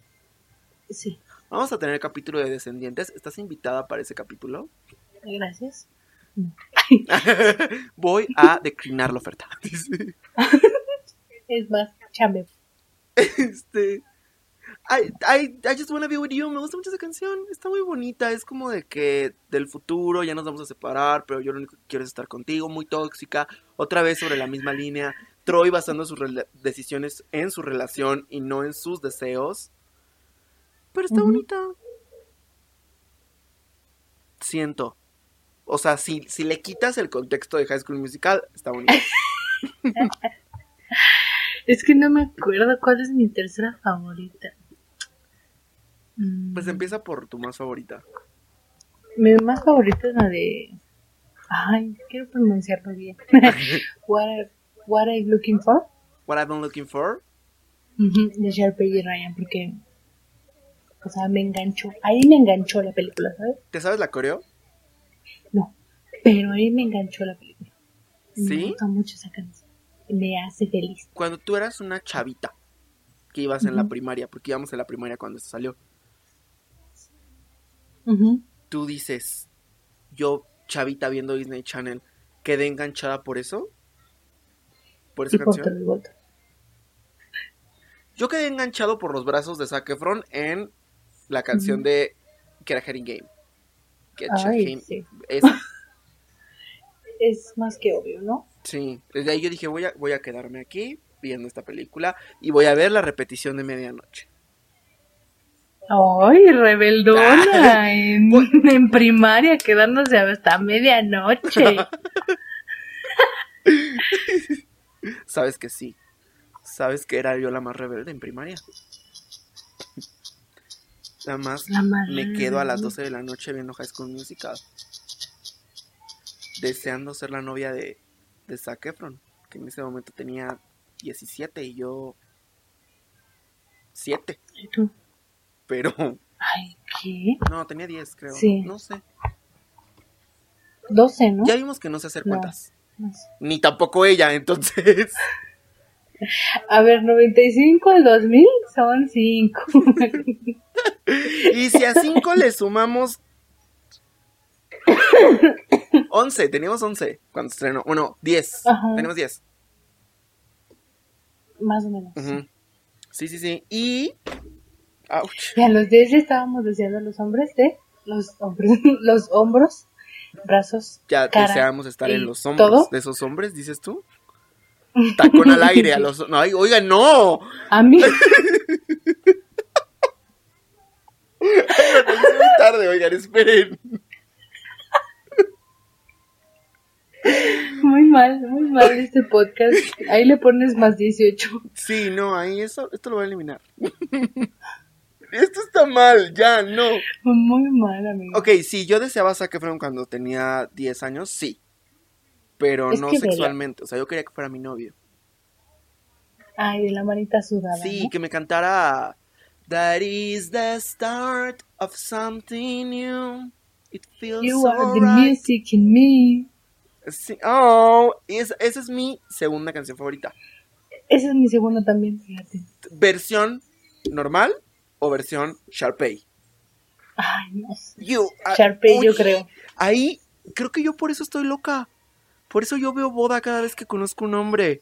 Speaker 2: Sí,
Speaker 1: Vamos a tener capítulo de descendientes. ¿Estás invitada para ese capítulo?
Speaker 2: gracias.
Speaker 1: Voy a declinar la oferta. Dice,
Speaker 2: Es más, chame.
Speaker 1: este, I, I- I just wanna be with you. Me gusta mucho esa canción. Está muy bonita. Es como de que del futuro ya nos vamos a separar, pero yo lo único que quiero es estar contigo. Muy tóxica. Otra vez sobre la misma línea. Troy basando sus rela- decisiones en su relación y no en sus deseos. Pero está
Speaker 2: Ujú.
Speaker 1: bonita. Siento. O sea, si, si le quitas el contexto de High School Musical, está bonito.
Speaker 2: Es que no me acuerdo cuál es mi tercera favorita. Mm.
Speaker 1: Pues empieza por tu más favorita.
Speaker 2: Mi más favorita es la de. Ay, quiero pronunciarlo bien. what, are, what are you looking for?
Speaker 1: What I've been looking for.
Speaker 2: Ujú, De Sharpay y Ryan, porque. O sea, me enganchó. Ahí me enganchó la película, ¿sabes?
Speaker 1: ¿Te sabes la coreo?
Speaker 2: No. Pero ahí me enganchó la película. Me
Speaker 1: ¿Sí?
Speaker 2: gusta mucho esa canción. Me hace feliz.
Speaker 1: Cuando tú eras una chavita que ibas en la
Speaker 2: Ujú.
Speaker 1: primaria, porque íbamos en la primaria cuando esto salió,
Speaker 2: Ujú.
Speaker 1: tú dices, yo chavita viendo Disney Channel, quedé enganchada por eso. Por esa
Speaker 2: Y por
Speaker 1: canción.
Speaker 2: todo el voto.
Speaker 1: Yo quedé enganchado por los brazos de Zac Efron en la canción
Speaker 2: Ujú.
Speaker 1: de Get a Head in Game. Get a Head
Speaker 2: Ay,
Speaker 1: in-
Speaker 2: sí.
Speaker 1: Esa.
Speaker 2: Es más que obvio, ¿no?
Speaker 1: Sí, desde ahí yo dije, voy a, voy a quedarme aquí viendo esta película y voy a ver la repetición de medianoche.
Speaker 2: Ay, rebeldona. En,
Speaker 1: Voy-
Speaker 2: en primaria, quedándose hasta medianoche.
Speaker 1: Sabes que sí. Sabes que era yo la más rebelde en primaria. Nada más
Speaker 2: La más
Speaker 1: me quedo a las
Speaker 2: rebelde.
Speaker 1: 12 de la noche viendo High School Musical. Deseando ser la novia de, de Zac Efron, que en ese momento tenía 17 y yo 7,
Speaker 2: ¿Y tú?
Speaker 1: pero
Speaker 2: Ay, ¿qué?
Speaker 1: no, tenía 10 creo.
Speaker 2: Sí.
Speaker 1: No sé.
Speaker 2: 12, ¿no?
Speaker 1: Ya vimos que no sé hacer
Speaker 2: No.
Speaker 1: cuentas.
Speaker 2: No sé.
Speaker 1: Ni tampoco ella, entonces.
Speaker 2: A ver, 95 al 2000 son 5.
Speaker 1: Y si a 5 le sumamos 11, teníamos 11 cuando se estrenó. Bueno, 10.
Speaker 2: Ajá.
Speaker 1: Tenemos 10.
Speaker 2: más o menos.
Speaker 1: Ujú. Sí, sí, sí. Y. Ouch.
Speaker 2: Y a los 10 ya estábamos deseando los hombres de los hombres, los hombros, brazos,
Speaker 1: Ya
Speaker 2: cara.
Speaker 1: deseamos estar en
Speaker 2: ¿Y
Speaker 1: los hombros
Speaker 2: todo?
Speaker 1: de esos hombres, dices tú. Tacón al aire a los. No, ay, oigan, no.
Speaker 2: A mí,
Speaker 1: Es muy tarde, oigan, esperen.
Speaker 2: muy mal, muy mal este podcast. Ahí le pones más 18.
Speaker 1: Sí, no, ahí eso, esto lo voy a eliminar. Esto está mal, ya, no.
Speaker 2: Muy mal, amigo.
Speaker 1: Ok, sí, yo deseaba a Zac Efron cuando tenía 10 años, sí. Pero
Speaker 2: Es
Speaker 1: no
Speaker 2: que vela.
Speaker 1: sexualmente, o sea, yo quería que fuera mi novio.
Speaker 2: Ay, de la manita sudada.
Speaker 1: Sí,
Speaker 2: ¿no?
Speaker 1: que me cantara That is the start of something new. It feels
Speaker 2: You are the
Speaker 1: alright.
Speaker 2: music in me.
Speaker 1: Sí, oh, es- esa es mi segunda canción favorita.
Speaker 2: Esa es mi segunda también, fíjate.
Speaker 1: ¿Versión normal o versión Sharpay?
Speaker 2: Ay, no sé.
Speaker 1: You are-
Speaker 2: Sharpay,
Speaker 1: ah,
Speaker 2: yo
Speaker 1: Oye,
Speaker 2: creo.
Speaker 1: Ahí creo que yo por eso estoy loca. Por eso yo veo boda cada vez que conozco un hombre.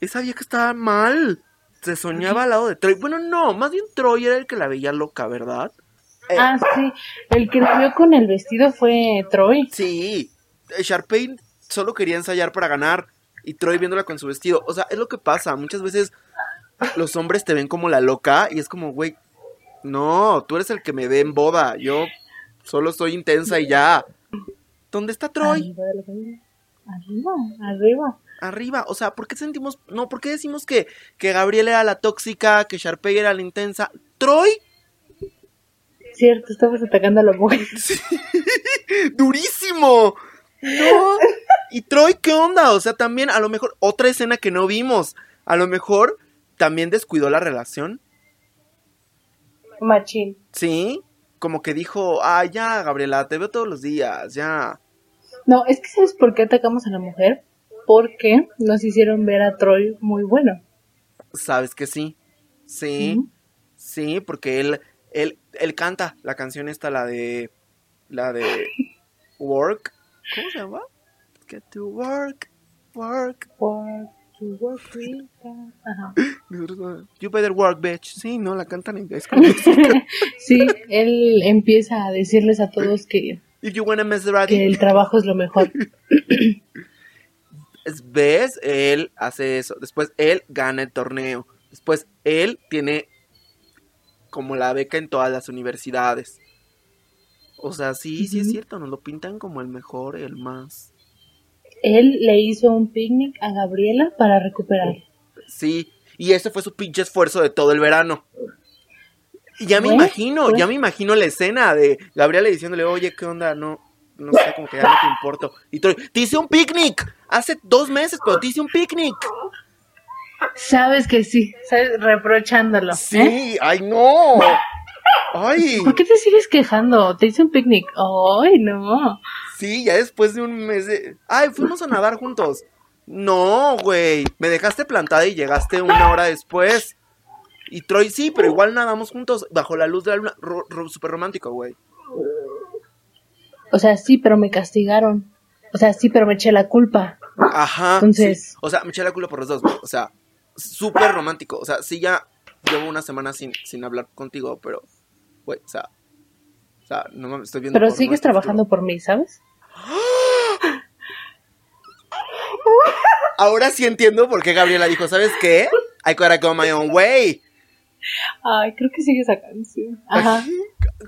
Speaker 1: Esa vieja estaba mal. Se soñaba al lado de Troy. Bueno, no, más bien Troy era el que la veía loca, ¿verdad? Eh,
Speaker 2: Ah, sí. El que lo vio con el vestido fue Troy.
Speaker 1: Sí, eh, Sharpay solo quería ensayar para ganar y Troy viéndola con su vestido. O sea, es lo que pasa. Muchas veces los hombres te ven como la loca y es como, güey, no, tú eres el que me ve en boda. Yo solo soy intensa y ya. ¿Dónde está Troy?
Speaker 2: Arriba de la cabina. Arriba, arriba.
Speaker 1: Arriba. O sea, ¿por qué sentimos, no, por qué decimos que, que Gabriel era la tóxica, que Sharpay era la intensa? Troy,
Speaker 2: Cierto, estamos atacando a la mujer.
Speaker 1: durísimo. No. ¿Y Troy qué onda? O sea, también a lo mejor otra escena que no vimos. A lo mejor también descuidó la relación.
Speaker 2: Machín.
Speaker 1: Sí. Como que dijo, ah, ya, Gabriela, te veo todos los días, ya.
Speaker 2: No, es que ¿sabes por qué atacamos a la mujer? Porque nos hicieron ver a Troy muy bueno.
Speaker 1: Sabes que sí. Sí.
Speaker 2: Ujú.
Speaker 1: Sí, porque él, él, él canta la canción esta, la de. La de. Work. ¿Cómo se llama? Get to work. Work.
Speaker 2: Work to work with us. Ajá.
Speaker 1: You better work, bitch. Sí, no, la cantan en inglés.
Speaker 2: Sí, él empieza a decirles a todos que,
Speaker 1: If you wanna mess around,
Speaker 2: que el trabajo es lo mejor.
Speaker 1: es- ves, él hace eso. Después él gana el torneo. Después él tiene como la beca en todas las universidades. O sea, sí, sí es cierto, nos lo pintan como el mejor, el más.
Speaker 2: Él le hizo un picnic a Gabriela para recuperar.
Speaker 1: Sí, y ese fue su pinche esfuerzo de todo el verano. Y ya me
Speaker 2: Bueno,
Speaker 1: imagino,
Speaker 2: pues.
Speaker 1: ya me imagino la escena de Gabriela diciéndole, oye, ¿qué onda? No, no sé, como que ya no te importo. Y Troy, te hice un picnic, hace dos meses, pero te hice un picnic.
Speaker 2: Sabes que sí, sabes, reprochándolo. ¿eh?
Speaker 1: Sí, ay no. Ay,
Speaker 2: ¿Por qué te sigues quejando? Te hice un picnic. ¡Ay, no!
Speaker 1: sí, ya después de un mes de... Ay, fuimos a nadar juntos. No, güey, me dejaste plantada y llegaste una hora después. Y Troy, sí, pero igual nadamos juntos bajo la luz de la luna. Ro- ro- Súper romántico, güey.
Speaker 2: O sea, sí, pero me castigaron. O sea, sí, pero me eché la culpa.
Speaker 1: Ajá.
Speaker 2: Entonces-
Speaker 1: sí. O sea, me eché la culpa por los dos, güey. O sea, súper romántico. O sea, sí ya llevo una semana sin, sin hablar contigo, pero, güey, o sea... O sea, no mames, estoy viendo...
Speaker 2: Pero
Speaker 1: porno
Speaker 2: sigues
Speaker 1: este futuro.
Speaker 2: trabajando por mí, ¿sabes?
Speaker 1: Ahora sí entiendo por qué Gabriela dijo, ¿sabes qué? I gotta go my own way.
Speaker 2: Ay, creo que sigue esa canción. Ajá.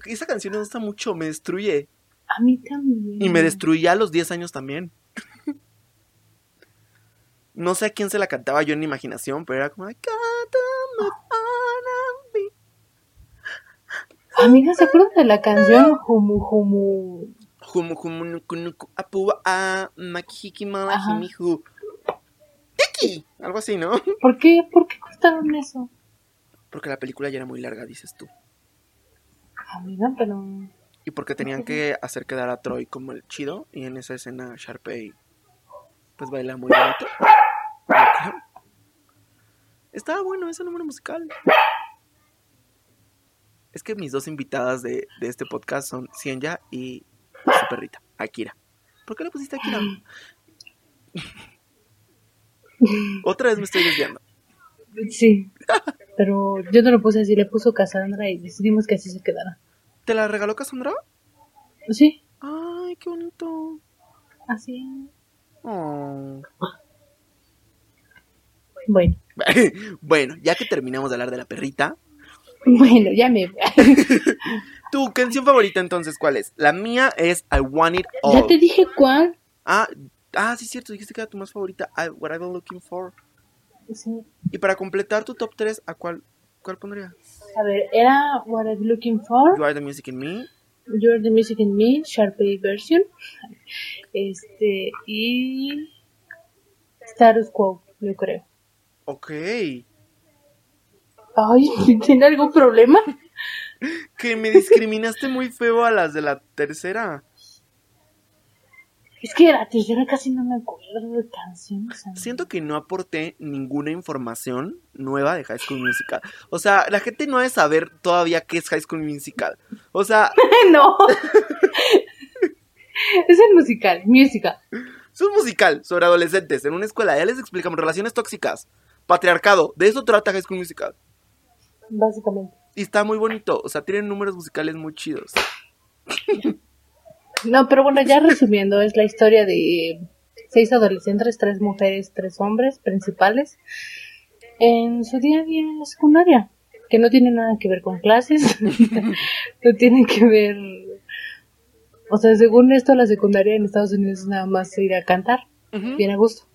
Speaker 1: Esa canción me gusta mucho, me destruye.
Speaker 2: A mí también.
Speaker 1: Y me destruía a los 10 años también. No sé a quién se la cantaba yo en mi imaginación, pero era como... "I gotta move on and be-".
Speaker 2: Amiga, ¿se acuerdan de la canción Humu Humu?
Speaker 1: Humu, humu, nuku, nuku, apua, a, makihiki, mala,
Speaker 2: Ajá.
Speaker 1: jimihu. ¡Tiki! Algo así, ¿no?
Speaker 2: ¿Por qué, ¿Por qué cortaron eso?
Speaker 1: Porque la película ya era muy larga, dices tú.
Speaker 2: Amiga, pero...
Speaker 1: Y porque tenían que hacer quedar a Troy como el chido. Y en esa escena Sharpay pues baila muy bonito. Estaba bueno ese número musical. Es que mis dos invitadas de, de este podcast son Cienya y su perrita, Akira. ¿Por qué le pusiste Akira? Otra vez me estoy desviando.
Speaker 2: Sí. Pero yo no lo puse así, le puso Cassandra y decidimos que así se quedara.
Speaker 1: ¿Te la regaló Cassandra?
Speaker 2: Sí,
Speaker 1: Ay, qué bonito.
Speaker 2: así.
Speaker 1: Oh.
Speaker 2: Bueno.
Speaker 1: Bueno, ya que terminamos de hablar de la perrita,
Speaker 2: Bueno, ya me...
Speaker 1: ¿Tu canción favorita entonces cuál es? La mía es I Want It
Speaker 2: ya
Speaker 1: All.
Speaker 2: te dije cuál.
Speaker 1: Ah, ah, sí, cierto, dijiste que era tu más favorita. I- what I've been looking for.
Speaker 2: Sí.
Speaker 1: Y para completar tu top 3, ¿a cuál, cuál pondría?
Speaker 2: A ver, era What I'm Looking For,
Speaker 1: You Are the Music in Me.
Speaker 2: You're the Music in Me, Sharpay Version, este, y Status Quo, yo creo.
Speaker 1: Ok.
Speaker 2: Ay, ¿tiene algún problema?
Speaker 1: Que me discriminaste muy feo a las de la tercera.
Speaker 2: Es que la tercera casi no me acuerdo de canciones. amiga.
Speaker 1: Siento que no aporté ninguna información nueva de High School Musical. O sea, la gente no debe saber todavía qué es High School Musical. O sea,
Speaker 2: no. es el musical, musical.
Speaker 1: Es un musical sobre adolescentes en una escuela. Ya les explicamos relaciones tóxicas, patriarcado. De eso trata High School Musical.
Speaker 2: Básicamente.
Speaker 1: Y está muy bonito. O sea, tienen números musicales muy chidos.
Speaker 2: No, pero bueno, ya resumiendo, es la historia de seis adolescentes, tres mujeres, tres hombres principales en su día a día en la secundaria, que no tiene nada que ver con clases, no tiene que ver... O sea, según esto, la secundaria en Estados Unidos es nada más ir a cantar,
Speaker 1: Ujú.
Speaker 2: bien a gusto.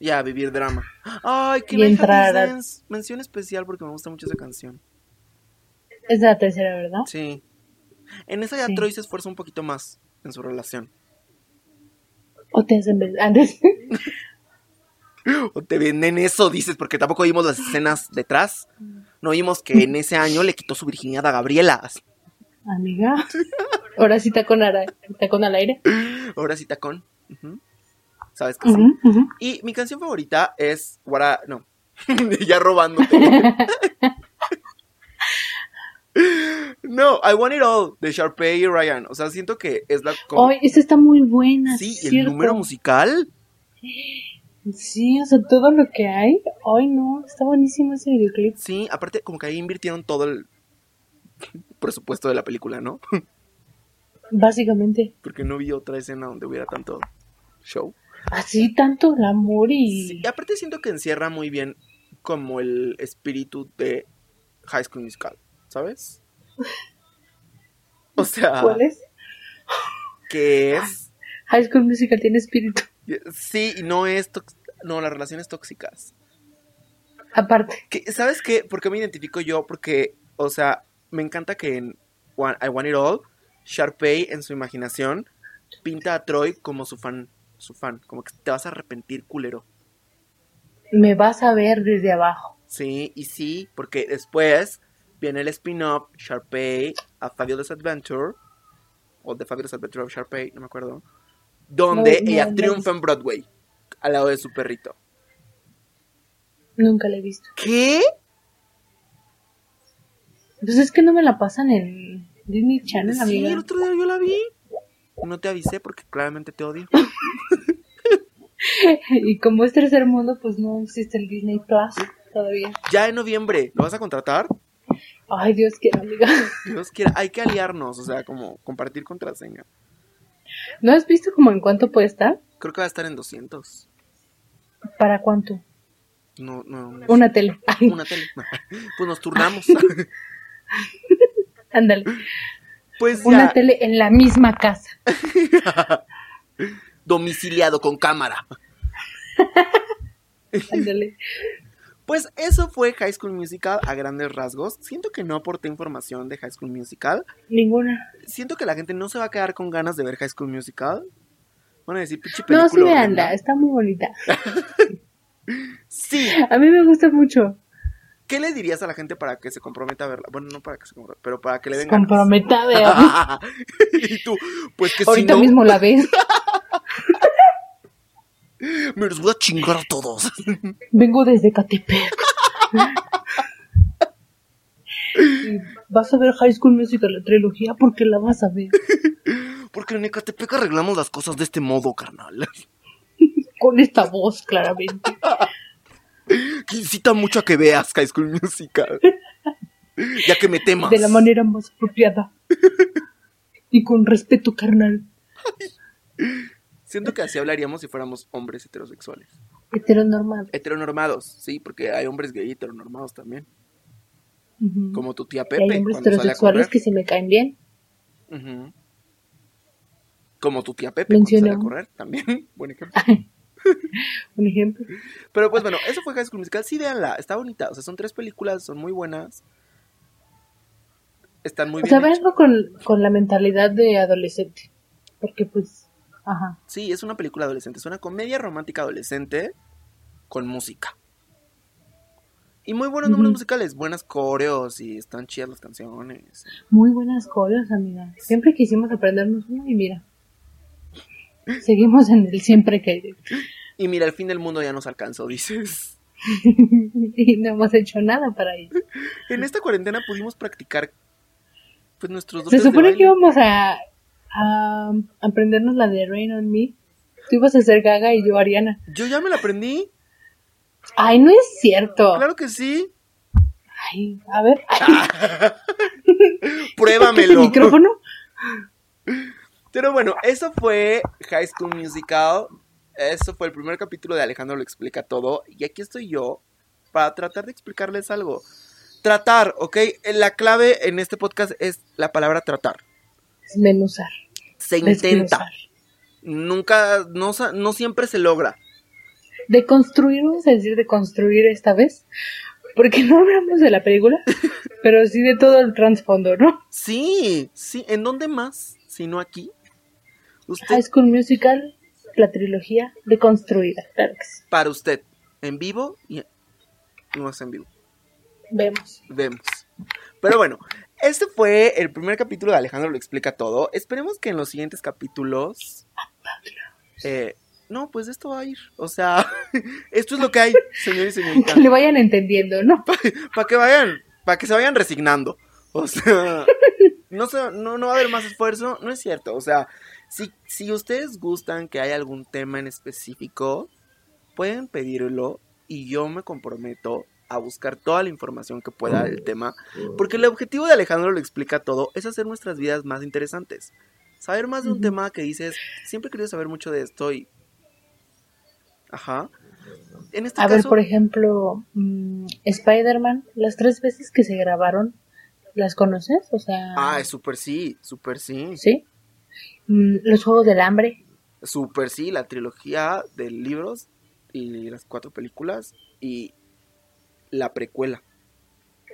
Speaker 1: Y a vivir drama. Ay, que
Speaker 2: Y
Speaker 1: la
Speaker 2: entrar a-
Speaker 1: Mención especial porque me gusta mucho esa canción.
Speaker 2: Es de la tercera, ¿verdad?
Speaker 1: Sí. En esa ya
Speaker 2: Sí.
Speaker 1: Troy se esfuerza un poquito más en su relación.
Speaker 2: O te hacen ver antes.
Speaker 1: O te venden eso, dices, porque tampoco vimos las escenas detrás.
Speaker 2: Mm.
Speaker 1: No vimos que en ese año le quitó su virginidad a Gabriela.
Speaker 2: Amiga, ahora sí tacón, ara- tacón al aire.
Speaker 1: Ahora sí, tacón. Ujú. Sabes que sí.
Speaker 2: Ujú, ujú.
Speaker 1: Y mi canción favorita es Guara. No. ya robándote. no, I Want It All de Sharpay y Ryan. O sea, siento que es la. como-
Speaker 2: Ay, esta está muy buena.
Speaker 1: sí, y el
Speaker 2: ¿cierto?
Speaker 1: número musical.
Speaker 2: Sí, o sea, todo lo que hay. Ay, no, está buenísimo ese videoclip.
Speaker 1: Sí, aparte, como que ahí invirtieron todo el presupuesto de la película, ¿no?
Speaker 2: Básicamente,
Speaker 1: Porque no vi otra escena donde hubiera tanto show.
Speaker 2: así tanto glamour y.
Speaker 1: Sí, y aparte, siento que encierra muy bien como el espíritu de High School Musical, ¿sabes? O sea.
Speaker 2: ¿Cuál es?
Speaker 1: que es...
Speaker 2: High School Musical tiene espíritu.
Speaker 1: Sí, y no es... tox- No, las relaciones tóxicas.
Speaker 2: Aparte,
Speaker 1: Que- ¿Sabes qué? ¿Por qué me identifico yo? Porque, o sea, me encanta que en Wa- I Want It All, Sharpay, en su imaginación, pinta a Troy como su fan. Su fan. Como que te vas a arrepentir, culero.
Speaker 2: me vas a ver desde abajo.
Speaker 1: Sí, y sí, porque después viene el spin-off, Sharpay, A Fabulous Adventure, o The Fabulous Adventure of Sharpay, no me acuerdo, donde
Speaker 2: No, no,
Speaker 1: ella
Speaker 2: no.
Speaker 1: triunfa en Broadway, al lado de su perrito.
Speaker 2: Nunca la he visto.
Speaker 1: ¿Qué?
Speaker 2: Pues es que no me la pasan en Disney Channel,
Speaker 1: Sí,
Speaker 2: amiga.
Speaker 1: el otro día yo la vi. No te avisé porque claramente te odio.
Speaker 2: y como es tercer mundo, pues no existe el Disney Plus todavía.
Speaker 1: Ya en noviembre, ¿lo vas a contratar?
Speaker 2: Ay, Dios quiera, amiga.
Speaker 1: Dios quiera, hay que aliarnos, o sea, como compartir contraseña.
Speaker 2: ¿No has visto como en cuánto puede estar?
Speaker 1: Creo que va a estar en 200.
Speaker 2: ¿Para cuánto?
Speaker 1: No, no, no.
Speaker 2: Una tele. Ay,
Speaker 1: Una tele. Pues nos turnamos.
Speaker 2: ándale.
Speaker 1: Pues
Speaker 2: Una
Speaker 1: ya,
Speaker 2: tele en la misma casa.
Speaker 1: domiciliado con cámara.
Speaker 2: Ándale.
Speaker 1: Pues eso fue High School Musical a grandes rasgos. Siento que no aporté información de High School Musical.
Speaker 2: Ninguna.
Speaker 1: Siento que la gente no se va a quedar con ganas de ver High School Musical. Van a decir, pichi
Speaker 2: No, sí,
Speaker 1: película horrenda".
Speaker 2: veanla. Está muy bonita.
Speaker 1: Sí.
Speaker 2: A mí me gusta mucho.
Speaker 1: ¿Qué le dirías a la gente para que se comprometa a verla? Bueno, no para que se comprometa, pero para que le den ganas.
Speaker 2: Comprometa de
Speaker 1: y tú, pues que si
Speaker 2: Ahorita
Speaker 1: no,
Speaker 2: mismo la ves.
Speaker 1: me los voy a chingar a todos.
Speaker 2: Vengo desde Catepec. Y Vas a ver High School Musical, la trilogía, porque la vas a ver.
Speaker 1: Porque en Ecatepec arreglamos las cosas de este modo, carnal.
Speaker 2: Con esta voz, claramente.
Speaker 1: Que incita mucho a que veas High School Musical. Ya que me temas.
Speaker 2: De la manera más apropiada. Y con respeto, carnal.
Speaker 1: Siento que así hablaríamos si fuéramos hombres heterosexuales.
Speaker 2: Heteronormal.
Speaker 1: Heteronormados, sí, porque hay hombres gay heteronormados también.
Speaker 2: Ujú.
Speaker 1: Como tu tía
Speaker 2: Y
Speaker 1: Pepe.
Speaker 2: hay hombres
Speaker 1: cuando sale a
Speaker 2: heterosexuales
Speaker 1: correr.
Speaker 2: que se me caen bien.
Speaker 1: Ujú. Como tu tía Pepe. cuando
Speaker 2: Mencioné
Speaker 1: sale a
Speaker 2: un-
Speaker 1: correr también. Buen ejemplo.
Speaker 2: Un ejemplo.
Speaker 1: Pero pues bueno, eso fue High School Musical. Sí, véanla, está bonita. O sea, son tres películas, son muy buenas. Están muy
Speaker 2: O sea,
Speaker 1: bien. hechas.
Speaker 2: verlo con, con la mentalidad de adolescente. Porque, pues, ajá.
Speaker 1: Sí, es una película adolescente. Es una comedia romántica adolescente con música. Y muy buenos números
Speaker 2: Ujú.
Speaker 1: musicales, buenas coreos y están chidas las canciones.
Speaker 2: Muy buenas cosas, amiga. Siempre quisimos aprendernos una y mira. Seguimos en el siempre que
Speaker 1: Y mira, el fin del mundo ya nos alcanzó, dices.
Speaker 2: y no hemos hecho nada para ello.
Speaker 1: En esta cuarentena pudimos practicar pues nuestros
Speaker 2: Se
Speaker 1: dotes de
Speaker 2: supone
Speaker 1: baile.
Speaker 2: que íbamos a, a aprendernos la de Rain on Me. Tú ibas a ser Gaga y yo Ariana.
Speaker 1: Yo ya me la aprendí.
Speaker 2: Ay, no es cierto.
Speaker 1: Claro que sí.
Speaker 2: Ay, a ver. ¿qué es el
Speaker 1: Pruébamelo.
Speaker 2: micrófono?
Speaker 1: Pero bueno, eso fue High School Musical. Eso fue el primer capítulo de Alejandro lo explica todo. Y aquí estoy yo para tratar de explicarles algo. Tratar, ¿ok? La clave en este podcast es la palabra tratar.
Speaker 2: Desmenuzar.
Speaker 1: Se intenta.
Speaker 2: Desmenuzar.
Speaker 1: Nunca, no, sa- no siempre se logra.
Speaker 2: De construir, vamos a decir de construir esta vez. Porque no hablamos de la película, pero sí de todo el trasfondo, ¿no?
Speaker 1: Sí, sí. ¿En dónde más? Si no aquí. Usted,
Speaker 2: High School Musical, la trilogía de construida. Claro que sí.
Speaker 1: para usted. En vivo y no es en vivo.
Speaker 2: Vemos.
Speaker 1: Vemos. Pero bueno, este fue el primer capítulo de Alejandro lo explica todo. Esperemos que en los siguientes capítulos. eh, no, pues de esto va a ir. O sea, esto es lo que hay, señor y señorita.
Speaker 2: Que le vayan entendiendo, ¿no?
Speaker 1: Para que vayan, para que se vayan resignando. O sea, no, se- no, no va a haber más esfuerzo, no es cierto. O sea, si, si ustedes gustan que haya algún tema en específico, pueden pedirlo y yo me comprometo a buscar toda la información que pueda del tema. Porque el objetivo de Alejandro lo explica todo, es hacer nuestras vidas más interesantes. Saber más de un
Speaker 2: Ujú.
Speaker 1: tema que dices, siempre he querido saber mucho de esto y... Ajá. En este
Speaker 2: A ver,
Speaker 1: caso...
Speaker 2: por ejemplo, mm, Spider-Man, las tres veces que se grabaron, ¿las conoces? O sea,
Speaker 1: Ah, súper sí, súper sí.
Speaker 2: ¿sí? Mm, Los Juegos del Hambre.
Speaker 1: Super sí, la trilogía de libros y las cuatro películas y la precuela.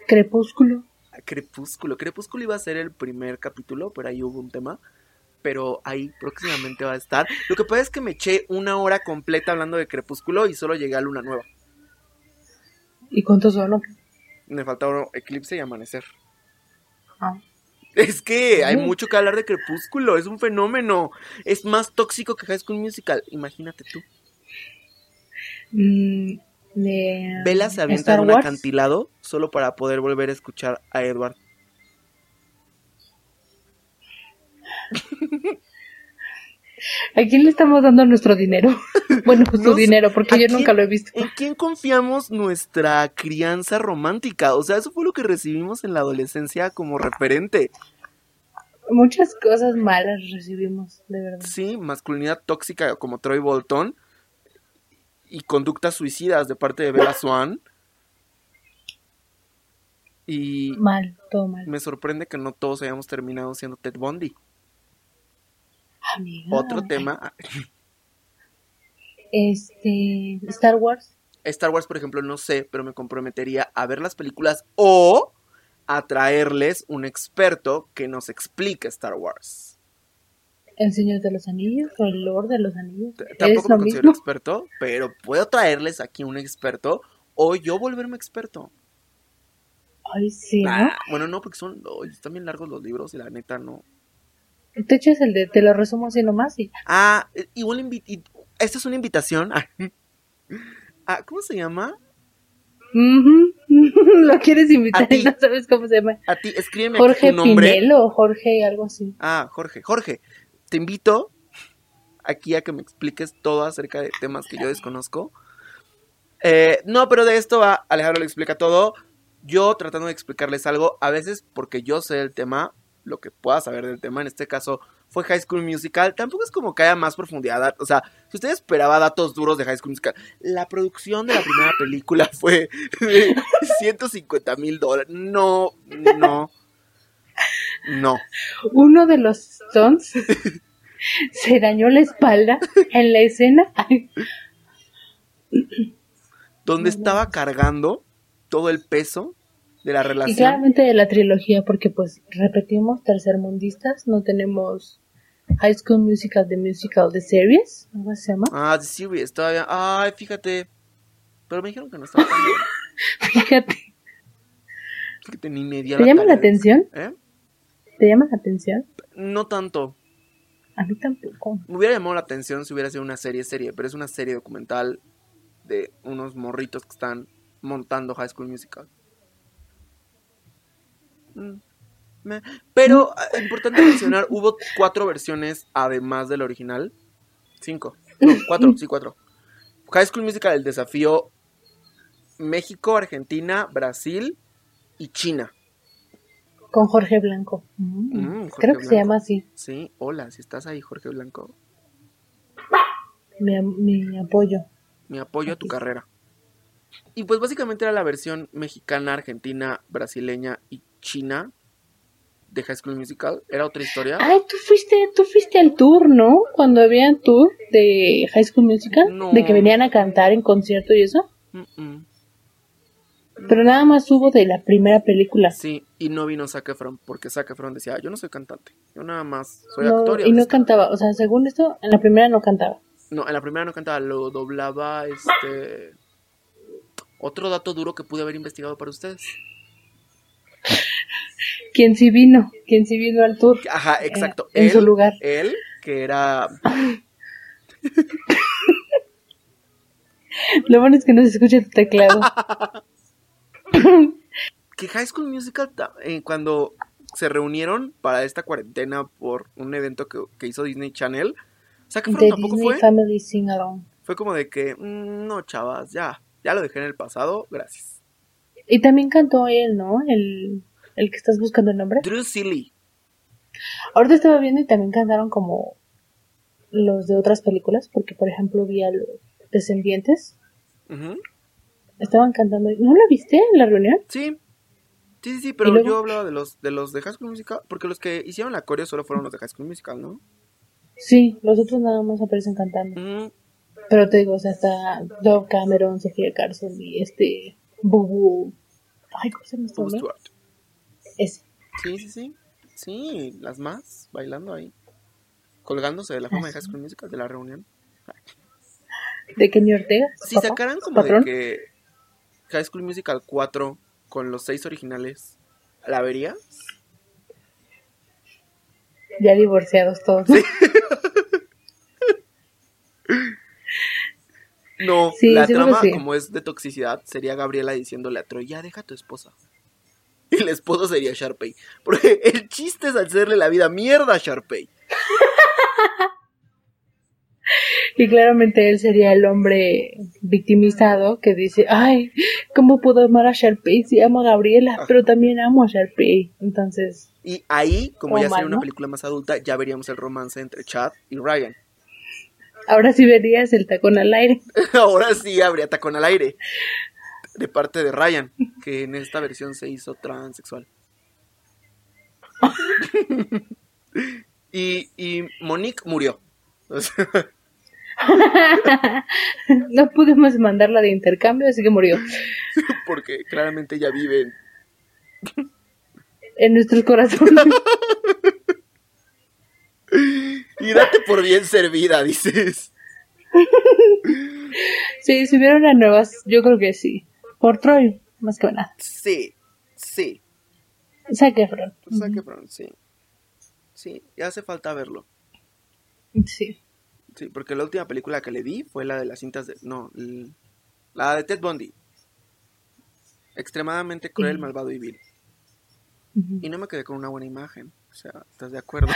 Speaker 2: Crepúsculo.
Speaker 1: Crepúsculo. Crepúsculo iba a ser el primer capítulo, pero ahí hubo un tema. Pero ahí próximamente va a estar. Lo que pasa es que me eché una hora completa hablando de Crepúsculo y solo llegué a Luna Nueva.
Speaker 2: ¿Y cuántos son?
Speaker 1: Me faltaron Eclipse y Amanecer.
Speaker 2: Ah.
Speaker 1: Es que hay
Speaker 2: Ujú.
Speaker 1: mucho que hablar de Crepúsculo, es un fenómeno. Es más tóxico que High School Musical, imagínate tú.
Speaker 2: Mm, Ah, de,
Speaker 1: Vela se avienta
Speaker 2: Star
Speaker 1: de un
Speaker 2: Wars.
Speaker 1: acantilado solo para poder volver a escuchar a Edward.
Speaker 2: ¿A quién le estamos dando nuestro dinero? bueno, su
Speaker 1: No sé,
Speaker 2: dinero, porque
Speaker 1: ¿a
Speaker 2: yo
Speaker 1: quién?
Speaker 2: nunca lo he visto.
Speaker 1: ¿En quién confiamos nuestra crianza romántica? O sea, eso fue lo que recibimos en la adolescencia como referente.
Speaker 2: Muchas cosas malas recibimos, de verdad.
Speaker 1: Sí, masculinidad tóxica como Troy Bolton y conductas suicidas de parte de Bella Swan. Y
Speaker 2: Mal, todo mal.
Speaker 1: me sorprende que no todos hayamos terminado siendo Ted Bundy.
Speaker 2: Amiga.
Speaker 1: Otro tema,
Speaker 2: Este, Star Wars.
Speaker 1: Star Wars, por ejemplo, no sé, pero me comprometería a ver las películas o a traerles un experto que nos explique Star Wars.
Speaker 2: El Señor de los Anillos, o el Lord de los Anillos.
Speaker 1: T-
Speaker 2: Es
Speaker 1: Tampoco me
Speaker 2: lo
Speaker 1: considero
Speaker 2: mismo.
Speaker 1: experto, pero puedo traerles aquí un experto o yo volverme experto.
Speaker 2: Ay, sí, ¿no?
Speaker 1: Ah, bueno, no, porque son, ay, están bien largos los libros y la neta no.
Speaker 2: Te echas el de, te lo resumo así nomás y
Speaker 1: Ah, eh, igual invi- y- esta es una invitación. a- a- ¿Cómo se llama?
Speaker 2: Ujú. lo quieres
Speaker 1: A
Speaker 2: invitar
Speaker 1: ti.
Speaker 2: y no sabes cómo se llama.
Speaker 1: A ti, escríbeme aquí
Speaker 2: Jorge
Speaker 1: tu nombre.
Speaker 2: Pinelo o Jorge algo así.
Speaker 1: Ah, Jorge, Jorge, te invito aquí a que me expliques todo acerca de temas que yo desconozco. Eh, no, pero de esto va, Alejandro le explica todo. Yo tratando de explicarles algo, a veces porque yo sé el tema, lo que pueda saber del tema, en este caso fue High School Musical, tampoco es como que haya más profundidad, o sea, si usted esperaba datos duros de High School Musical, la producción de la primera película fue de 150 mil dólares, no, no, no.
Speaker 2: Uno de los Stones se dañó la espalda en la escena. Ay,
Speaker 1: donde
Speaker 2: No, no.
Speaker 1: estaba cargando todo el peso de la
Speaker 2: Y
Speaker 1: relación.
Speaker 2: claramente de la trilogía, porque pues repetimos, tercermundistas, no tenemos High School Musical, The Musical, The Series, ¿cómo se llama?
Speaker 1: Ah, The Series, todavía. Ay, fíjate. Pero me dijeron que no estaba tan bien.
Speaker 2: Fíjate,
Speaker 1: que tenía ni media
Speaker 2: ¿te llama la
Speaker 1: tarea.
Speaker 2: atención?
Speaker 1: ¿Eh?
Speaker 2: ¿Te llama la atención?
Speaker 1: No tanto.
Speaker 2: A mí tampoco.
Speaker 1: Me hubiera llamado la atención si hubiera sido una serie serie, pero es una serie documental de unos morritos que están montando High School Musical. Mm. Me-
Speaker 2: Mm.
Speaker 1: Pero, ah, importante mencionar, hubo cuatro versiones además del original. Cinco. No, cuatro, sí, cuatro. High School Musical, el desafío México, Argentina, Brasil y China.
Speaker 2: Con Jorge Blanco. Mm,
Speaker 1: Mm, Jorge
Speaker 2: Creo que se
Speaker 1: Blanco.
Speaker 2: llama así.
Speaker 1: Sí, hola, si estás ahí, Jorge Blanco,
Speaker 2: Mi, am- mi apoyo.
Speaker 1: mi apoyo a tu
Speaker 2: Aquí.
Speaker 1: carrera. Y pues básicamente era la versión mexicana, argentina, brasileña y china de High School Musical. Era otra historia.
Speaker 2: Ay, tú fuiste, tú fuiste al tour, ¿no? Cuando había el tour de High School Musical,
Speaker 1: No.
Speaker 2: de que venían a cantar en concierto y eso.
Speaker 1: Mm, mm.
Speaker 2: Pero nada más hubo de la primera película.
Speaker 1: Sí, y no vino Zac Efron, porque Zac Efron decía, "Ah, yo no soy cantante, yo nada más soy
Speaker 2: No,
Speaker 1: actor.
Speaker 2: y no
Speaker 1: artista".
Speaker 2: cantaba, o sea, según esto, en la primera no cantaba.
Speaker 1: No, en la primera no cantaba, lo doblaba este. Otro dato duro que pude haber investigado para ustedes.
Speaker 2: Quien sí vino, quien sí vino al tour. eh,
Speaker 1: Ajá, exacto.
Speaker 2: en su
Speaker 1: Él-
Speaker 2: lugar.
Speaker 1: Él, que era.
Speaker 2: Lo bueno es que no se escucha tu teclado.
Speaker 1: Ah, Que High School Musical, ta- eh, cuando se reunieron para esta cuarentena por un evento que, que hizo Disney Channel, o sea que
Speaker 2: De
Speaker 1: tampoco
Speaker 2: Disney
Speaker 1: fue.
Speaker 2: Family Sing Along.
Speaker 1: Fue como de que, "Mm, no, chavas, ya, ya lo dejé en el pasado, gracias.
Speaker 2: Y también cantó él, ¿no? El, el que estás buscando el nombre.
Speaker 1: Drew Silly.
Speaker 2: Ahorita estaba viendo y también cantaron como los de otras películas, porque por ejemplo vi a los Descendientes,
Speaker 1: Ujú.
Speaker 2: estaban cantando. ¿No la viste en la reunión?
Speaker 1: Sí. Sí, sí, sí, pero
Speaker 2: luego?
Speaker 1: yo hablaba de los de los de High School Musical, porque los que hicieron la coreo solo fueron los de High School Musical, ¿no?
Speaker 2: Sí, los otros nada más aparecen cantando.
Speaker 1: Mm,
Speaker 2: Pero te digo, o sea, está Dove Cameron, Sofía Carson y este Bubu. Ay, ¿cómo se llama este
Speaker 1: Bob
Speaker 2: hombre?
Speaker 1: Stewart.
Speaker 2: Ese.
Speaker 1: Sí, sí, sí. Sí, las más bailando ahí. Colgándose de la fama de High School Musical de la reunión.
Speaker 2: De Kenny Ortega. su
Speaker 1: Si
Speaker 2: papá,
Speaker 1: sacaran
Speaker 2: su
Speaker 1: como de
Speaker 2: patrón.
Speaker 1: que High School Musical 4 con los seis originales, ¿la verías?
Speaker 2: Ya divorciados todos.
Speaker 1: No,
Speaker 2: Sí,
Speaker 1: la
Speaker 2: seguro
Speaker 1: trama,
Speaker 2: sí.
Speaker 1: como es de toxicidad, sería Gabriela diciéndole a Troy, ya deja a tu esposa. Y el esposo sería Sharpay. Porque el chiste es hacerle la vida mierda a Sharpay.
Speaker 2: Y claramente él sería el hombre victimizado que dice, ay, ¿cómo puedo amar a Sharpay si amo a Gabriela?
Speaker 1: Ajá.
Speaker 2: Pero también amo a Sharpay. Entonces,
Speaker 1: Y ahí, como
Speaker 2: O
Speaker 1: ya sería
Speaker 2: mal,
Speaker 1: una
Speaker 2: ¿no?
Speaker 1: película más adulta, ya veríamos el romance entre Chad y Ryan.
Speaker 2: ahora sí verías el tacón al aire.
Speaker 1: Ahora sí habría tacón al aire. De parte de Ryan, que en esta versión se hizo transexual. y, y Monique murió. O sea,
Speaker 2: no pudimos mandarla de intercambio, así que murió.
Speaker 1: porque claramente ella vive en
Speaker 2: En nuestros corazones.
Speaker 1: Y date por bien servida, dices.
Speaker 2: sí, si hubiera una nueva, yo creo que sí. Por Troy, más que nada.
Speaker 1: Sí, sí.
Speaker 2: Zac Efron.
Speaker 1: O sea que, pero, sí. Sí, ya hace falta verlo.
Speaker 2: Sí.
Speaker 1: Sí, porque la última película que le vi fue la de las cintas de... No, l- la de Ted Bundy. Extremadamente cruel,
Speaker 2: Sí.
Speaker 1: malvado y vil.
Speaker 2: Ujú.
Speaker 1: Y no me quedé con una buena imagen. O sea, ¿estás de acuerdo?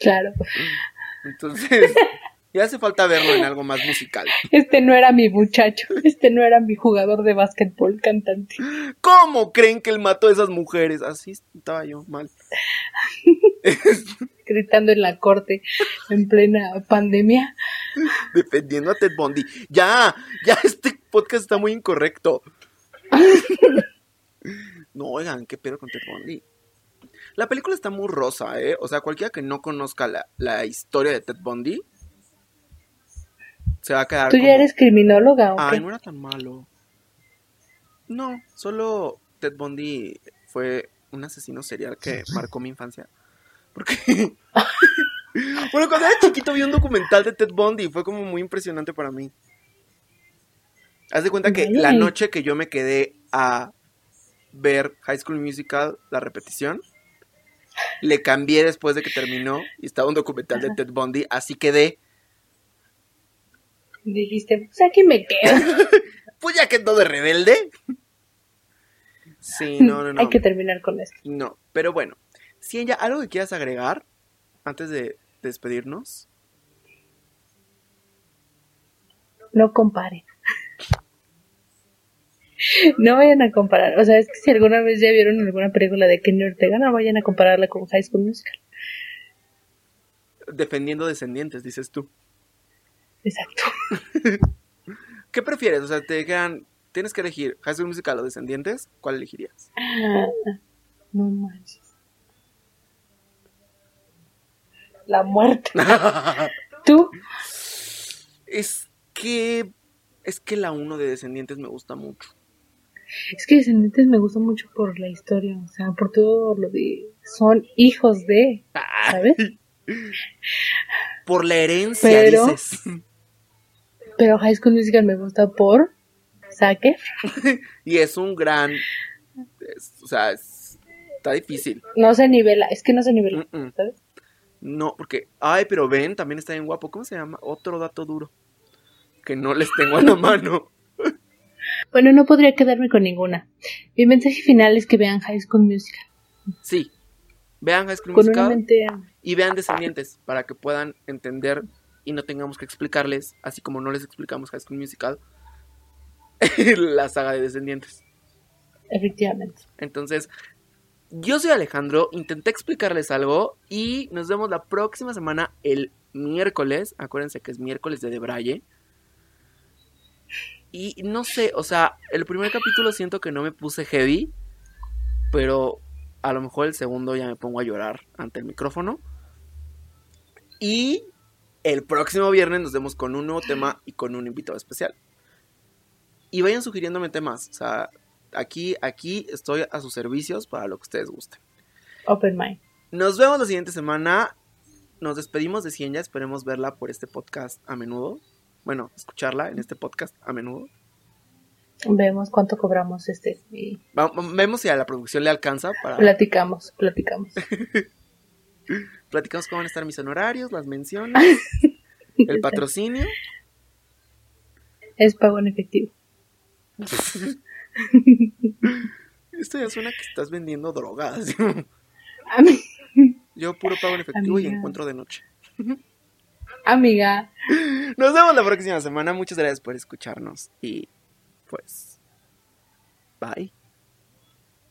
Speaker 2: Claro.
Speaker 1: Entonces, ya hace falta verlo en algo más musical.
Speaker 2: Este no era mi muchacho. Este no era mi jugador de básquetbol cantante.
Speaker 1: ¿Cómo creen que él mató a esas mujeres? Así estaba yo, mal.
Speaker 2: gritando en la corte en plena pandemia.
Speaker 1: defendiendo a Ted Bundy. Ya, ya este podcast está muy incorrecto. no, oigan, qué pedo con Ted Bundy. La película está muy rosa, ¿eh? O sea, cualquiera que no conozca la, la historia de Ted Bundy se va a quedar.
Speaker 2: ¿Tú ya
Speaker 1: como,
Speaker 2: eres criminóloga o
Speaker 1: Ah, Ay,
Speaker 2: qué?
Speaker 1: no era tan malo. No, solo Ted Bundy fue un asesino serial que marcó mi infancia. Porque. bueno, cuando era chiquito vi un documental de Ted Bundy. Fue como muy impresionante para mí. Haz de cuenta que la
Speaker 2: Vale.
Speaker 1: noche que yo me quedé a ver High School Musical, la repetición, le cambié después de que terminó y estaba un documental de Ted Bundy. Así quedé.
Speaker 2: Dijiste, pues aquí me quedo.
Speaker 1: Pues ya quedó de rebelde. Sí, no, no, no.
Speaker 2: Hay que terminar con esto.
Speaker 1: No, pero bueno. Si ella, algo que quieras agregar antes de despedirnos.
Speaker 2: No comparen. No vayan a comparar. O sea, es que si alguna vez ya vieron alguna película de Kenny Ortega, no vayan a compararla con High School Musical.
Speaker 1: Defendiendo descendientes, dices tú.
Speaker 2: Exacto.
Speaker 1: ¿Qué prefieres? O sea, te dijeran, tienes que elegir High School Musical o Descendientes, ¿cuál elegirías?
Speaker 2: No manches. La muerte. ¿Tú?
Speaker 1: Es que es que la 1 de Descendientes me gusta mucho.
Speaker 2: Es que Descendientes me gusta mucho por la historia, o sea, por todo lo de... Son hijos de, ¿sabes?
Speaker 1: Por la herencia,
Speaker 2: Pero-
Speaker 1: dices.
Speaker 2: Pero High School Musical me gusta por... Saque.
Speaker 1: Y es un gran es- o sea, es- está difícil.
Speaker 2: No se nivela, es que no se nivela,
Speaker 1: Mm, mm.
Speaker 2: ¿sabes?
Speaker 1: No, porque ay, pero Ben también está bien guapo. ¿Cómo se llama? Otro dato duro que no les tengo a la mano.
Speaker 2: Bueno, no podría quedarme con ninguna. Mi mensaje final es que vean High School Musical.
Speaker 1: Sí. Vean High School
Speaker 2: Con una
Speaker 1: Musical
Speaker 2: mente...
Speaker 1: y vean Descendientes para que puedan entender y no tengamos que explicarles, así como no les explicamos High School Musical, la saga de Descendientes.
Speaker 2: Efectivamente.
Speaker 1: Entonces, yo soy Alejandro, intenté explicarles algo y nos vemos la próxima semana el miércoles. Acuérdense que es miércoles de Debraye. Y no sé, o sea, el primer capítulo siento que no me puse heavy, pero a lo mejor el segundo ya me pongo a llorar ante el micrófono. Y el próximo viernes nos vemos con un nuevo tema y con un invitado especial. Y vayan sugiriéndome temas. O sea, aquí, aquí estoy a sus servicios para lo que ustedes gusten.
Speaker 2: Open mind.
Speaker 1: Nos vemos la siguiente semana. Nos despedimos de Cien ya. Esperemos verla por este podcast a menudo. Bueno, escucharla en este podcast a menudo.
Speaker 2: Vemos cuánto cobramos este. Y
Speaker 1: Va- vemos si a la producción le alcanza para...
Speaker 2: platicamos, platicamos.
Speaker 1: Platicamos cómo van a estar mis honorarios, las menciones, el patrocinio.
Speaker 2: Es pago en efectivo.
Speaker 1: Esto ya suena que estás vendiendo drogas.
Speaker 2: Ami-
Speaker 1: Yo puro pago en efectivo y
Speaker 2: Amiga.
Speaker 1: encuentro de noche.
Speaker 2: Amiga,
Speaker 1: Nos vemos la próxima semana. Muchas gracias por escucharnos. Y pues... Bye.